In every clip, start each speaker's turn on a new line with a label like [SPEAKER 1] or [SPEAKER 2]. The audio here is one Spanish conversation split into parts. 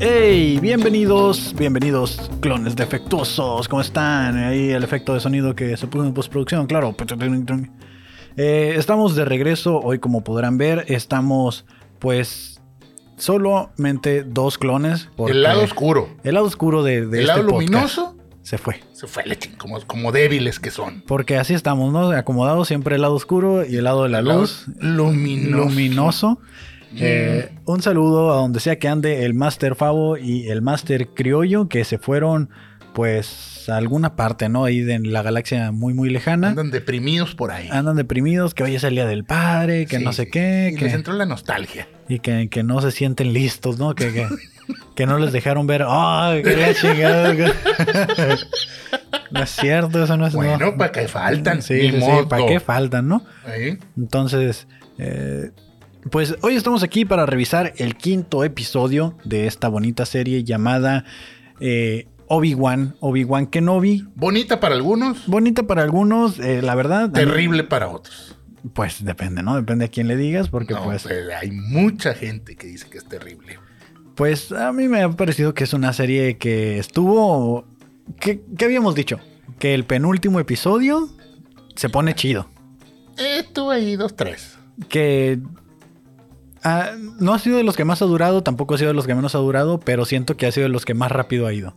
[SPEAKER 1] y bienvenidos, bienvenidos clones defectuosos, ¿cómo están? Ahí el efecto de sonido que se puso en postproducción, claro. Eh, estamos de regreso, hoy como podrán ver, estamos pues solamente dos clones. porque
[SPEAKER 2] El lado oscuro.
[SPEAKER 1] El lado oscuro de... de este
[SPEAKER 2] el lado
[SPEAKER 1] podcast
[SPEAKER 2] luminoso
[SPEAKER 1] Se fue.
[SPEAKER 2] se fue a la ching, como, como débiles que son.
[SPEAKER 1] Porque así estamos, ¿no? Acomodados siempre el lado oscuro y el lado de la
[SPEAKER 2] El
[SPEAKER 1] luz.
[SPEAKER 2] lado luminoso. Mm.
[SPEAKER 1] luminoso. Eh, un saludo a donde sea que ande el Master Favo y el Master Criollo que se fueron pues a alguna parte, ¿no? Ahí de en la galaxia muy muy lejana. Andan,
[SPEAKER 2] Andan deprimidos por ahí.
[SPEAKER 1] deprimidos, que hoy es el día del padre, que
[SPEAKER 2] Sí,
[SPEAKER 1] no sé qué,
[SPEAKER 2] Y
[SPEAKER 1] que,
[SPEAKER 2] les entró la nostalgia.
[SPEAKER 1] y que, que no se sienten listos, ¿no? Que, que, que no les dejaron ver, ¡ah! qué la chingada! no es cierto, eso no es
[SPEAKER 2] Bueno,
[SPEAKER 1] no.
[SPEAKER 2] ¿para qué faltan?
[SPEAKER 1] Sí,
[SPEAKER 2] Ni
[SPEAKER 1] sí, sí,
[SPEAKER 2] modo.
[SPEAKER 1] ¿para qué faltan, no?
[SPEAKER 2] Ahí.
[SPEAKER 1] Entonces, eh, pues hoy estamos aquí para revisar el quinto episodio de esta bonita serie llamada eh, Obi-Wan, Obi-Wan Kenobi.
[SPEAKER 2] Bonita para algunos,
[SPEAKER 1] Bonita para algunos, eh, la verdad. a mí-
[SPEAKER 2] terrible para otros.
[SPEAKER 1] Pues depende, ¿no? Depende a quién le digas, porque
[SPEAKER 2] No,
[SPEAKER 1] pues,
[SPEAKER 2] pues, hay mucha gente que dice que es terrible.
[SPEAKER 1] pues a mí me ha parecido que es una serie que estuvo... ¿Qué, qué habíamos dicho? Que el penúltimo episodio se pone chido.
[SPEAKER 2] Estuve Eh, ahí dos, tres.
[SPEAKER 1] que ah, no ha sido de los que más ha durado, tampoco ha sido de los que menos ha durado, pero siento que ha sido de los que más rápido ha ido.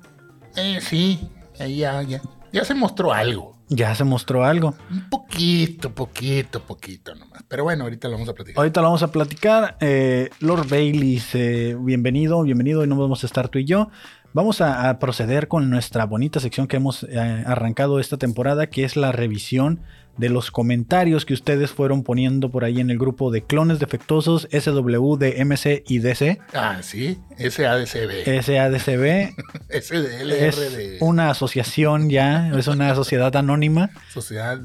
[SPEAKER 2] Eh, sí, ahí ya, ya. Ya se mostró algo.
[SPEAKER 1] Ya se mostró algo.
[SPEAKER 2] Un poquito, poquito, poquito nomás. Pero bueno, ahorita lo vamos a platicar.
[SPEAKER 1] Ahorita lo vamos a platicar. Eh, Lord Bailey, eh, bienvenido, bienvenido. Hoy no vamos a estar tú y yo. Vamos a, a proceder con nuestra bonita sección que hemos eh, arrancado esta temporada, que es la revisión de los comentarios que ustedes fueron poniendo por ahí en el grupo de clones defectuosos SW de MC y DC.
[SPEAKER 2] Ah, sí, SADCB.
[SPEAKER 1] SADCB
[SPEAKER 2] SDLR de
[SPEAKER 1] Eh, es una asociación ya, es una sociedad anónima.
[SPEAKER 2] Sociedad.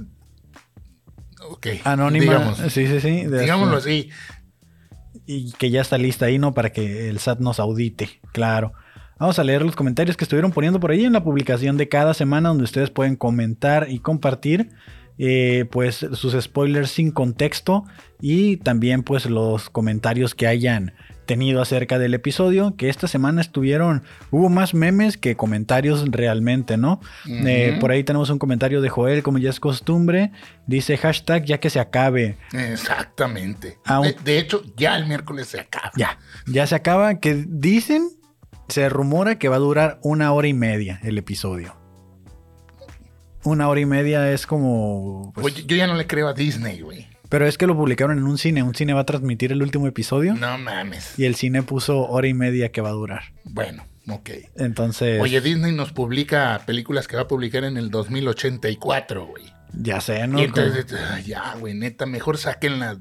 [SPEAKER 2] Ok.
[SPEAKER 1] Anónima,
[SPEAKER 2] digamos.
[SPEAKER 1] sí, sí, sí. de-
[SPEAKER 2] digámoslo así.
[SPEAKER 1] Y que ya está lista ahí, ¿no? Para que el SAT nos audite, claro. Vamos a leer los comentarios que estuvieron poniendo por ahí en la publicación de cada semana, donde ustedes pueden comentar y compartir, eh, pues, sus spoilers sin contexto y también, pues, los comentarios que hayan tenido acerca del episodio, que esta semana estuvieron, hubo más memes que comentarios realmente, ¿no? Eh,
[SPEAKER 2] Ujú.
[SPEAKER 1] por ahí tenemos un comentario de Joel, como ya es costumbre. Dice hashtag ya que se acabe.
[SPEAKER 2] Exactamente.
[SPEAKER 1] Ah, un-
[SPEAKER 2] de, de hecho, ya el miércoles se acaba.
[SPEAKER 1] Ya, ya se acaba. Que dicen, se rumora que va a durar una hora y media el episodio. Una hora y media es como... pues,
[SPEAKER 2] Oye, yo ya no le creo a Disney, güey.
[SPEAKER 1] pero es que lo publicaron en un cine. Un cine va a transmitir el último episodio.
[SPEAKER 2] No mames.
[SPEAKER 1] Y el cine puso hora y media que va a durar.
[SPEAKER 2] Bueno, ok.
[SPEAKER 1] Entonces,
[SPEAKER 2] Oye, Disney nos publica películas que va a publicar en el 2084, güey.
[SPEAKER 1] ya sé, ¿no?
[SPEAKER 2] y entonces, ay, ya, güey, neta, mejor sáquenla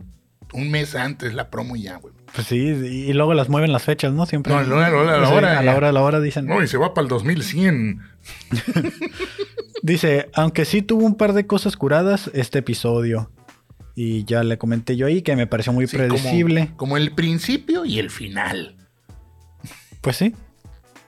[SPEAKER 2] un mes antes la promo ya, güey.
[SPEAKER 1] Pues sí, y luego las mueven las fechas, ¿no? Siempre.
[SPEAKER 2] No, a la hora, a la
[SPEAKER 1] Sí,
[SPEAKER 2] hora,
[SPEAKER 1] a la
[SPEAKER 2] ya.
[SPEAKER 1] hora, a la hora dicen.
[SPEAKER 2] No, y se va para el 2100.
[SPEAKER 1] Dice, aunque sí tuvo un par de cosas curadas este episodio. Y ya le comenté yo ahí que me pareció muy
[SPEAKER 2] Sí, como-
[SPEAKER 1] predecible.
[SPEAKER 2] Como, el principio y el final.
[SPEAKER 1] Pues sí.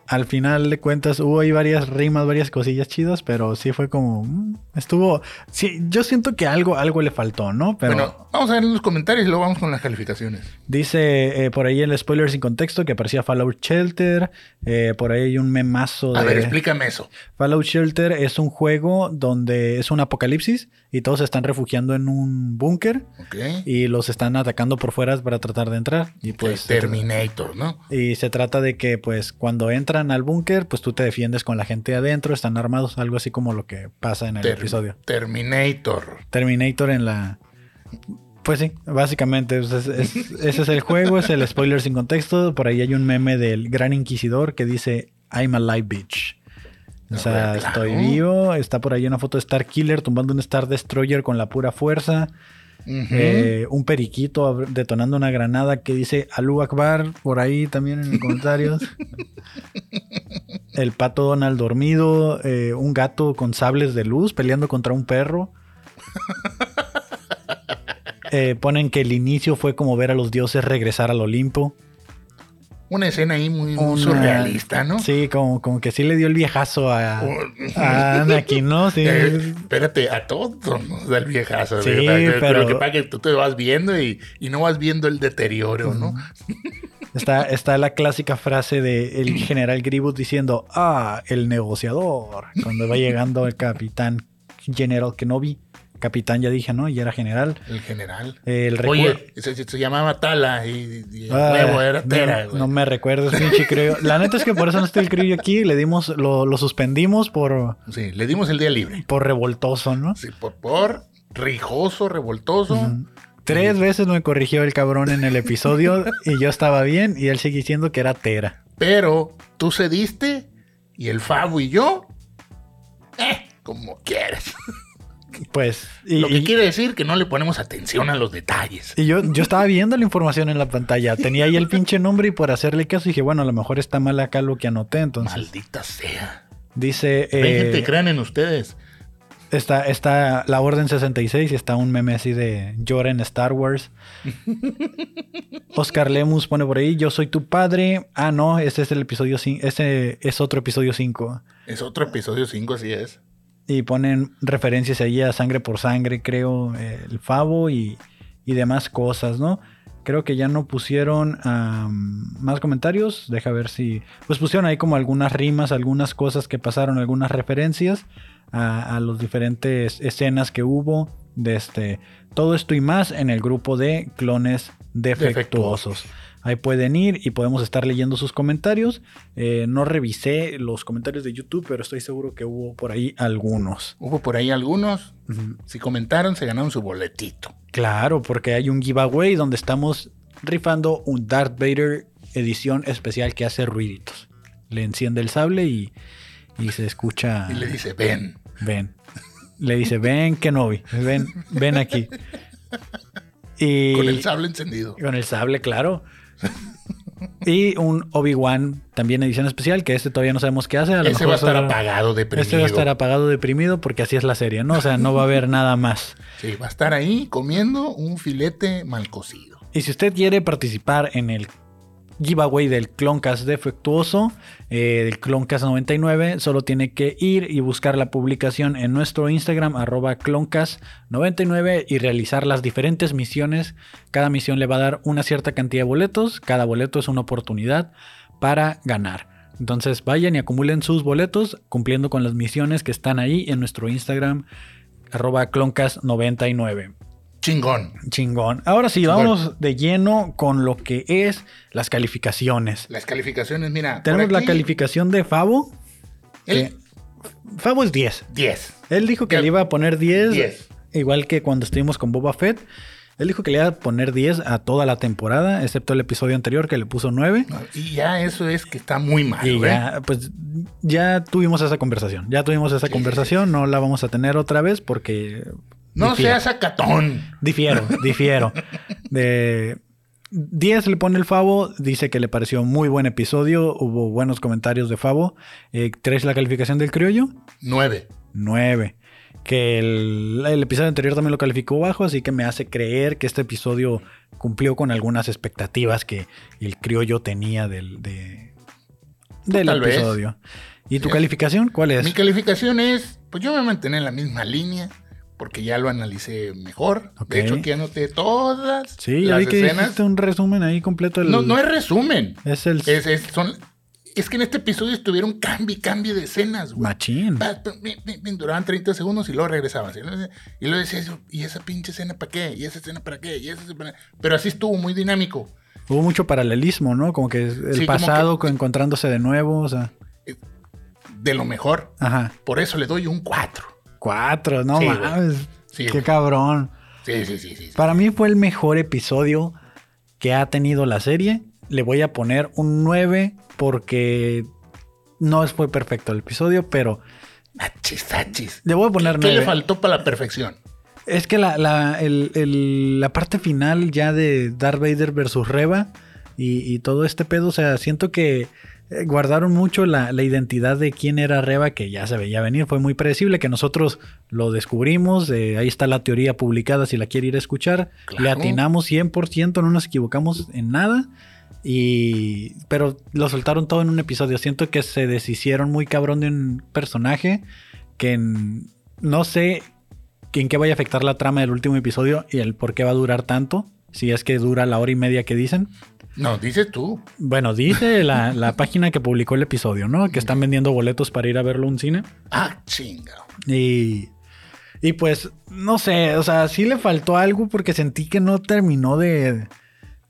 [SPEAKER 1] Al final de cuentas hubo ahí varias rimas, varias cosillas chidas, pero sí fue como... mm, Estuvo... Sí, yo siento que algo, algo le faltó, ¿no? Pero
[SPEAKER 2] Bueno, vamos a ver los comentarios y luego vamos con las calificaciones.
[SPEAKER 1] dice eh, por ahí el spoiler sin contexto que parecía Fallout Shelter. eh, por ahí hay un memazo de...
[SPEAKER 2] A ver, explícame eso.
[SPEAKER 1] Fallout Shelter es un juego donde es un apocalipsis y todos se están refugiando en un búnker.
[SPEAKER 2] Ok.
[SPEAKER 1] y los están atacando por fuera para tratar de entrar. Y pues. eh,
[SPEAKER 2] Ok, Terminator, ¿no?
[SPEAKER 1] Y se trata de que, pues, cuando entran al búnker, pues tú te defiendes con la gente adentro, están armados, algo así como lo que pasa en el
[SPEAKER 2] Ter-
[SPEAKER 1] episodio.
[SPEAKER 2] Terminator.
[SPEAKER 1] Terminator en la. Pues sí, básicamente pues, es- es- ese es el juego, es el spoiler sin contexto. Por ahí hay un meme del Gran Inquisidor que dice: I'm alive, bitch. O sea,
[SPEAKER 2] Ah, claro.
[SPEAKER 1] estoy vivo. Está por ahí una foto de Star Killer tumbando un Star Destroyer con la pura fuerza.
[SPEAKER 2] Ujú.
[SPEAKER 1] Eh, un periquito abr- detonando una granada que dice Alú Akbar por ahí también en los comentarios. El pato Donald dormido, eh, un gato con sables de luz peleando contra un perro. Eh, ponen que el inicio fue como ver a los dioses regresar al Olimpo.
[SPEAKER 2] Una escena ahí muy, muy
[SPEAKER 1] Una-
[SPEAKER 2] surrealista, ¿no?
[SPEAKER 1] Sí, como, como que sí le dio el viejazo a,
[SPEAKER 2] O-
[SPEAKER 1] a Anakin, ¿no? Sí.
[SPEAKER 2] Eh, espérate, a todos nos da el viejazo.
[SPEAKER 1] Sí,
[SPEAKER 2] ¿verdad?
[SPEAKER 1] pero-
[SPEAKER 2] Lo que pasa es que tú te vas viendo y, y no vas viendo el deterioro, ¿no?
[SPEAKER 1] Está, está la clásica frase de el general Gribus diciendo, ah, el negociador, cuando va llegando el capitán general Kenobi. Capitán ya dije, ¿no? Y era general.
[SPEAKER 2] El general.
[SPEAKER 1] El recu-
[SPEAKER 2] Oye, se, se- se llamaba Tala y, y el
[SPEAKER 1] Ah,
[SPEAKER 2] huevo era Tera,
[SPEAKER 1] no,
[SPEAKER 2] güey.
[SPEAKER 1] no me recuerdes, pinche criollo. La neta es que por eso no está el criollo aquí. Le dimos, lo, lo suspendimos por,
[SPEAKER 2] Sí, le dimos el día libre.
[SPEAKER 1] por revoltoso, ¿no?
[SPEAKER 2] Sí, por, por rijoso, revoltoso.
[SPEAKER 1] Ujú. Tres veces me corrigió el cabrón en el episodio y yo estaba bien y él sigue diciendo que era Tera.
[SPEAKER 2] Pero tú cediste y el Fabo y yo, eh, como quieres.
[SPEAKER 1] Pues, y,
[SPEAKER 2] Lo que
[SPEAKER 1] y-
[SPEAKER 2] quiere decir que no le ponemos atención a los detalles.
[SPEAKER 1] y yo, yo estaba viendo la información en la pantalla. Tenía ahí el pinche nombre y por hacerle caso dije, bueno, a lo mejor está mal acá lo que anoté. Entonces,
[SPEAKER 2] Maldita sea.
[SPEAKER 1] dice, eh,
[SPEAKER 2] Déjense crean en ustedes.
[SPEAKER 1] está, está la Orden 66 y está un meme así de llora en Star Wars. Oscar Lemus pone por ahí, yo soy tu padre. Ah, no, ese es el episodio 5, ese es otro episodio 5.
[SPEAKER 2] Es otro episodio 5, así es.
[SPEAKER 1] Y ponen referencias ahí a sangre por sangre, creo, eh, el Favo y, y demás cosas, ¿no? Creo que ya no pusieron am, más comentarios. Deja ver si. Pues pusieron ahí como algunas rimas, algunas cosas que pasaron, algunas referencias a, a los diferentes escenas que hubo. De este, todo esto y más en el grupo de clones defectuosos. Ahí pueden ir y podemos estar leyendo sus comentarios. Eh, no revisé los comentarios de YouTube, pero estoy seguro que hubo por ahí algunos.
[SPEAKER 2] Hubo por ahí algunos.
[SPEAKER 1] Ujú.
[SPEAKER 2] Si comentaron, se ganaron su boletito.
[SPEAKER 1] Claro, porque hay un giveaway donde estamos rifando un Darth Vader edición especial que hace ruiditos. Le enciende el sable y, y se escucha.
[SPEAKER 2] Y le dice, ven.
[SPEAKER 1] Ven. Le dice, ven Kenobi, ven, ven aquí. Y
[SPEAKER 2] Con el sable encendido.
[SPEAKER 1] Con el sable, claro. Y un Obi-Wan, también edición especial, que este todavía no sabemos qué hace. A lo
[SPEAKER 2] Ese
[SPEAKER 1] mejor
[SPEAKER 2] va a estar
[SPEAKER 1] solo-
[SPEAKER 2] apagado, deprimido.
[SPEAKER 1] Este va a estar apagado, deprimido, porque así es la serie, ¿no? O sea, no va a haber nada más.
[SPEAKER 2] Sí, va a estar ahí comiendo un filete mal cocido.
[SPEAKER 1] Y si usted quiere participar en el giveaway del Cloncast defectuoso, eh, del Cloncast 99, solo tiene que ir y buscar la publicación en nuestro Instagram, arroba Cloncast 99, y realizar las diferentes misiones. Cada misión le va a dar una cierta cantidad de boletos, cada boleto es una oportunidad para ganar. Entonces vayan y acumulen sus boletos cumpliendo con las misiones que están ahí en nuestro Instagram, arroba Cloncast 99.
[SPEAKER 2] Chingón.
[SPEAKER 1] Chingón. Ahora sí,
[SPEAKER 2] Chingón.
[SPEAKER 1] vamos de lleno con lo que es las calificaciones.
[SPEAKER 2] Las calificaciones, mira. por
[SPEAKER 1] Tenemos la
[SPEAKER 2] aquí,
[SPEAKER 1] calificación de Favo.
[SPEAKER 2] El
[SPEAKER 1] Favo es 10.
[SPEAKER 2] 10.
[SPEAKER 1] Él dijo que
[SPEAKER 2] Ya.
[SPEAKER 1] le iba a poner 10,
[SPEAKER 2] 10.
[SPEAKER 1] igual que cuando estuvimos con Boba Fett. Él dijo que le iba a poner 10 a toda la temporada, excepto el episodio anterior que le puso 9.
[SPEAKER 2] No, Y ya eso es que está muy mal,
[SPEAKER 1] Y
[SPEAKER 2] güey.
[SPEAKER 1] ya, pues, ya tuvimos esa conversación. Ya tuvimos esa
[SPEAKER 2] Sí,
[SPEAKER 1] conversación, no la vamos a tener otra vez porque
[SPEAKER 2] No
[SPEAKER 1] difiere.
[SPEAKER 2] seas acatón.
[SPEAKER 1] Difiero, difiero. De 10 le pone el Favo, dice que le pareció muy buen episodio, hubo buenos comentarios de Favo. 3 la calificación del criollo,
[SPEAKER 2] 9.
[SPEAKER 1] 9. Que el, el episodio anterior también lo calificó bajo, así que me hace creer que este episodio cumplió con algunas expectativas que el criollo tenía del, de- del
[SPEAKER 2] Pues Tal vez.
[SPEAKER 1] episodio. ¿Y tu
[SPEAKER 2] Sí.
[SPEAKER 1] calificación cuál es?
[SPEAKER 2] Mi calificación es, pues yo me mantener en la misma línea, porque ya lo analicé mejor.
[SPEAKER 1] Ok.
[SPEAKER 2] De hecho, aquí anoté todas
[SPEAKER 1] Sí, ya
[SPEAKER 2] las
[SPEAKER 1] vi que
[SPEAKER 2] escenas.
[SPEAKER 1] hiciste un resumen ahí completo. del-
[SPEAKER 2] No, no es resumen.
[SPEAKER 1] es el
[SPEAKER 2] Es, es- son, es que en este episodio estuvieron cambio y cambio de escenas, güey.
[SPEAKER 1] machín.
[SPEAKER 2] Pa- pa- pin, pin, pin, Duraban 30 segundos y luego regresaban. ¿sí? Y luego decías, ¿y esa pinche escena para qué? ¿Y esa escena para qué? ¿Y esa escena para-?" Pero así estuvo muy dinámico.
[SPEAKER 1] Hubo mucho paralelismo, ¿no? Como que el
[SPEAKER 2] Sí, como
[SPEAKER 1] pasado co- encontrándose de nuevo, o sea.
[SPEAKER 2] De lo mejor.
[SPEAKER 1] Ajá.
[SPEAKER 2] Por eso le doy un 4.
[SPEAKER 1] Cuatro, no
[SPEAKER 2] Sí, güey.
[SPEAKER 1] mames.
[SPEAKER 2] Sí,
[SPEAKER 1] Qué
[SPEAKER 2] güey.
[SPEAKER 1] cabrón.
[SPEAKER 2] Sí, sí, sí, sí. sí.
[SPEAKER 1] Para mí fue el mejor episodio que ha tenido la serie. Le voy a poner un 9 porque no fue perfecto el episodio, pero
[SPEAKER 2] Achis, achis.
[SPEAKER 1] le voy a poner
[SPEAKER 2] ¿Qué le
[SPEAKER 1] 9.
[SPEAKER 2] faltó para la perfección?
[SPEAKER 1] Es que la, la- el- el- la parte final ya de Darth Vader versus Reva y, y todo este pedo, o sea, siento que eh, guardaron mucho la, la identidad de quién era Reva, que ya se veía venir, fue muy predecible, que nosotros lo descubrimos, eh, ahí está la teoría publicada si la quiere ir a escuchar, le
[SPEAKER 2] Claro.
[SPEAKER 1] atinamos 100%, no nos equivocamos en nada. Y, pero lo soltaron todo en un episodio. Siento que se deshicieron muy cabrón de un personaje que en- no sé en qué vaya a afectar la trama del último episodio y el por qué va a durar tanto, si es que dura la hora y media que dicen.
[SPEAKER 2] No, dices tú.
[SPEAKER 1] Bueno, dice la, la página que publicó el episodio, ¿no? Que están vendiendo boletos para ir a verlo a un cine.
[SPEAKER 2] Ah, chinga.
[SPEAKER 1] Y, y pues, no sé, o sea, sí le faltó algo porque sentí que no terminó de...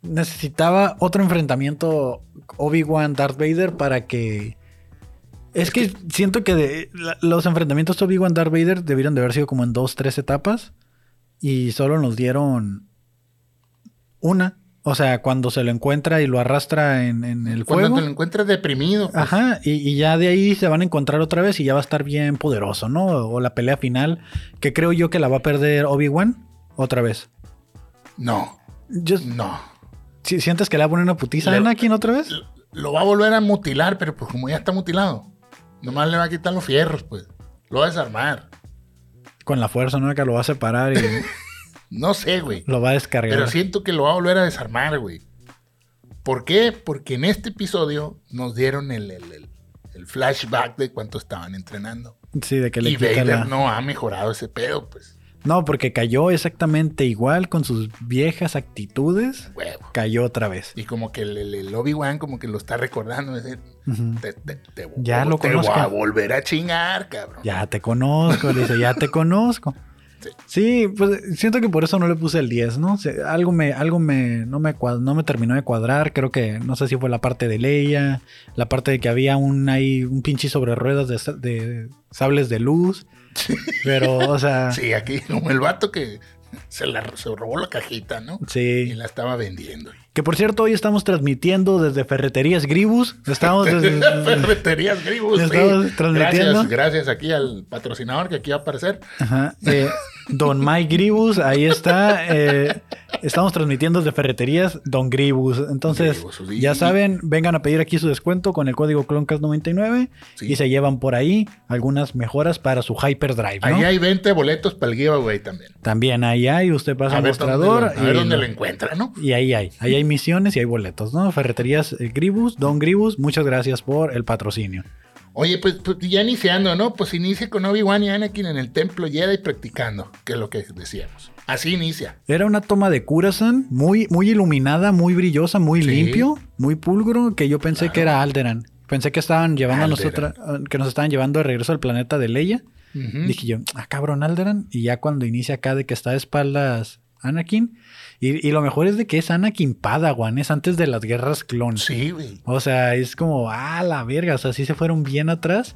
[SPEAKER 1] Necesitaba otro enfrentamiento Obi-Wan Darth Vader para que... Es, que, siento que de- la- los enfrentamientos Obi-Wan Darth Vader debieron de haber sido como en dos, tres etapas y solo nos dieron una. O sea, cuando se lo encuentra y lo arrastra en, en el
[SPEAKER 2] Cuando
[SPEAKER 1] fuego.
[SPEAKER 2] te lo encuentras deprimido. pues,
[SPEAKER 1] Ajá, y, y ya de ahí se van a encontrar otra vez y ya va a estar bien poderoso, ¿no? O la pelea final, que creo yo que la va a perder Obi-Wan otra vez.
[SPEAKER 2] No,
[SPEAKER 1] Yo,
[SPEAKER 2] no.
[SPEAKER 1] si- ¿Sientes que le va a poner una putiza a
[SPEAKER 2] Mm. Le-
[SPEAKER 1] Anakin otra vez?
[SPEAKER 2] Lo- Lo va a volver a mutilar, pero pues como ya está mutilado, nomás le va a quitar los fierros, pues. Lo va a desarmar.
[SPEAKER 1] Con la fuerza, ¿no? Que lo va a separar y
[SPEAKER 2] No sé, güey.
[SPEAKER 1] lo va a descargar.
[SPEAKER 2] Pero siento que lo va a volver a desarmar, güey. ¿Por qué? Porque en este episodio nos dieron el, el- el- el flashback de cuánto estaban entrenando.
[SPEAKER 1] Sí, de que le
[SPEAKER 2] Y
[SPEAKER 1] quita
[SPEAKER 2] Vader
[SPEAKER 1] la... No.
[SPEAKER 2] no ha mejorado ese pedo, pues.
[SPEAKER 1] porque cayó exactamente igual con sus viejas actitudes.
[SPEAKER 2] Huevo.
[SPEAKER 1] Cayó otra vez.
[SPEAKER 2] Y como que el, el- el Obi-Wan como que lo está recordando. es decir,
[SPEAKER 1] Ujú.
[SPEAKER 2] te, te- te-
[SPEAKER 1] Ya lo
[SPEAKER 2] te voy a
[SPEAKER 1] conozco.
[SPEAKER 2] volver a chingar, cabrón.
[SPEAKER 1] Ya te conozco, le dice, ya te conozco.
[SPEAKER 2] Sí.
[SPEAKER 1] Sí, pues siento que por eso no le puse el 10, ¿no? Se- algo me, algo me, no me, cuad- no me terminó de cuadrar. Creo que, no sé si fue la parte de Leia, la parte de que había un ahí, un pinche sobre ruedas de, sa- de sables de luz. Pero, o sea, sí.
[SPEAKER 2] Sí, aquí como el vato que se, la, se robó la cajita, ¿no? Y la estaba vendiendo.
[SPEAKER 1] Que por cierto, hoy estamos transmitiendo desde Ferreterías Gribus. Estamos desde.
[SPEAKER 2] Ferreterías Gribus. sí.
[SPEAKER 1] Estamos transmitiendo.
[SPEAKER 2] Gracias, gracias aquí al patrocinador que aquí va a aparecer.
[SPEAKER 1] Ajá. Eh, Don Mike Gribus, ahí está. Eh, estamos transmitiendo desde Ferreterías Don Gribus. Entonces,
[SPEAKER 2] Gribus, sí.
[SPEAKER 1] ya saben, vengan a pedir aquí su descuento con el código Cloncast99
[SPEAKER 2] Sí.
[SPEAKER 1] y se llevan por ahí algunas mejoras para su Hyperdrive, ¿no?
[SPEAKER 2] Ahí hay 20 boletos para el giveaway también.
[SPEAKER 1] También ahí hay, usted pasa
[SPEAKER 2] a
[SPEAKER 1] al
[SPEAKER 2] ver
[SPEAKER 1] mostrador
[SPEAKER 2] dónde lo, a ver
[SPEAKER 1] y,
[SPEAKER 2] dónde lo encuentra, ¿no?
[SPEAKER 1] y ahí hay. Ahí hay misiones y hay boletos, ¿no? Ferreterías eh, Gribus, Don Gribus, muchas gracias por el patrocinio.
[SPEAKER 2] Oye, pues, pues, ya iniciando, ¿no? Pues inicia con Obi-Wan y Anakin en el templo Jedi practicando, que es lo que decíamos. Así inicia.
[SPEAKER 1] Era una toma de Kurasan muy, muy iluminada, muy brillosa, muy
[SPEAKER 2] Sí.
[SPEAKER 1] limpio, muy pulgro, que yo pensé que era Alderan. Pensé que estaban llevando a
[SPEAKER 2] Alderaan.
[SPEAKER 1] nosotros, que nos estaban llevando de regreso al planeta de Leia.
[SPEAKER 2] Ujú.
[SPEAKER 1] Dije yo, ah, cabrón, Alderan. Y ya cuando inicia acá de que está de espaldas Anakin. Y, y lo mejor es de que es Anakin Padawan, es antes de las guerras clon.
[SPEAKER 2] Sí, güey.
[SPEAKER 1] O sea, es como, ah, la verga, o sea, sí se fueron bien atrás.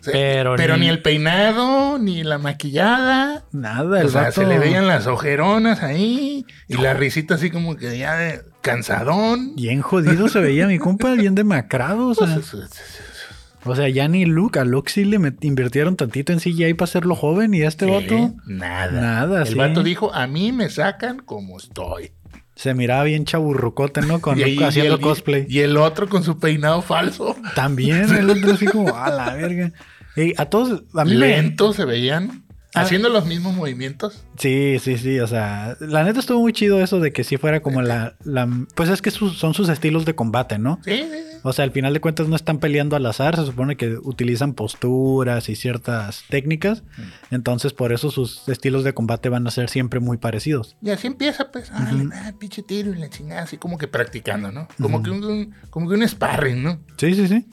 [SPEAKER 2] O sea,
[SPEAKER 1] Pero ni-
[SPEAKER 2] ni... el peinado, ni la maquillada.
[SPEAKER 1] Nada, Pues el
[SPEAKER 2] o sea,
[SPEAKER 1] vato-
[SPEAKER 2] se le veían las ojeronas ahí y la risita así como que ya de cansadón.
[SPEAKER 1] Bien jodido se veía mi compa, bien demacrado. O sea.
[SPEAKER 2] Pues, es- es- es-
[SPEAKER 1] O sea, ya ni Luke, a Luke sí le met- invirtieron tantito en CGI para hacerlo joven y a este
[SPEAKER 2] ¿qué?
[SPEAKER 1] vato
[SPEAKER 2] Nada.
[SPEAKER 1] Nada,
[SPEAKER 2] El
[SPEAKER 1] sí.
[SPEAKER 2] vato dijo, a mí me sacan como estoy.
[SPEAKER 1] se miraba bien chaburrucote, ¿no? Con
[SPEAKER 2] Y ahí-
[SPEAKER 1] haciendo
[SPEAKER 2] y el-
[SPEAKER 1] cosplay.
[SPEAKER 2] Y el otro con su peinado falso.
[SPEAKER 1] También el otro así como, a la verga. Y a todos, a mí me-
[SPEAKER 2] Lento se veían.
[SPEAKER 1] Ah.
[SPEAKER 2] Haciendo los mismos movimientos.
[SPEAKER 1] Sí, sí, sí, o sea, la neta estuvo muy chido eso de que sí fuera como la... la pues es que sus- son sus estilos de combate, ¿no?
[SPEAKER 2] Sí, sí, sí.
[SPEAKER 1] O sea, al final de cuentas no están peleando al azar, se supone que utilizan posturas y ciertas técnicas,
[SPEAKER 2] Mm.
[SPEAKER 1] entonces por eso sus estilos de combate van a ser siempre muy parecidos.
[SPEAKER 2] Y así empieza, pues, ah,
[SPEAKER 1] Ujú.
[SPEAKER 2] ah, pinche tiro y la chingada, así como que practicando, ¿no? Como, que un, un- como que un sparring, ¿no?
[SPEAKER 1] Sí, sí, sí.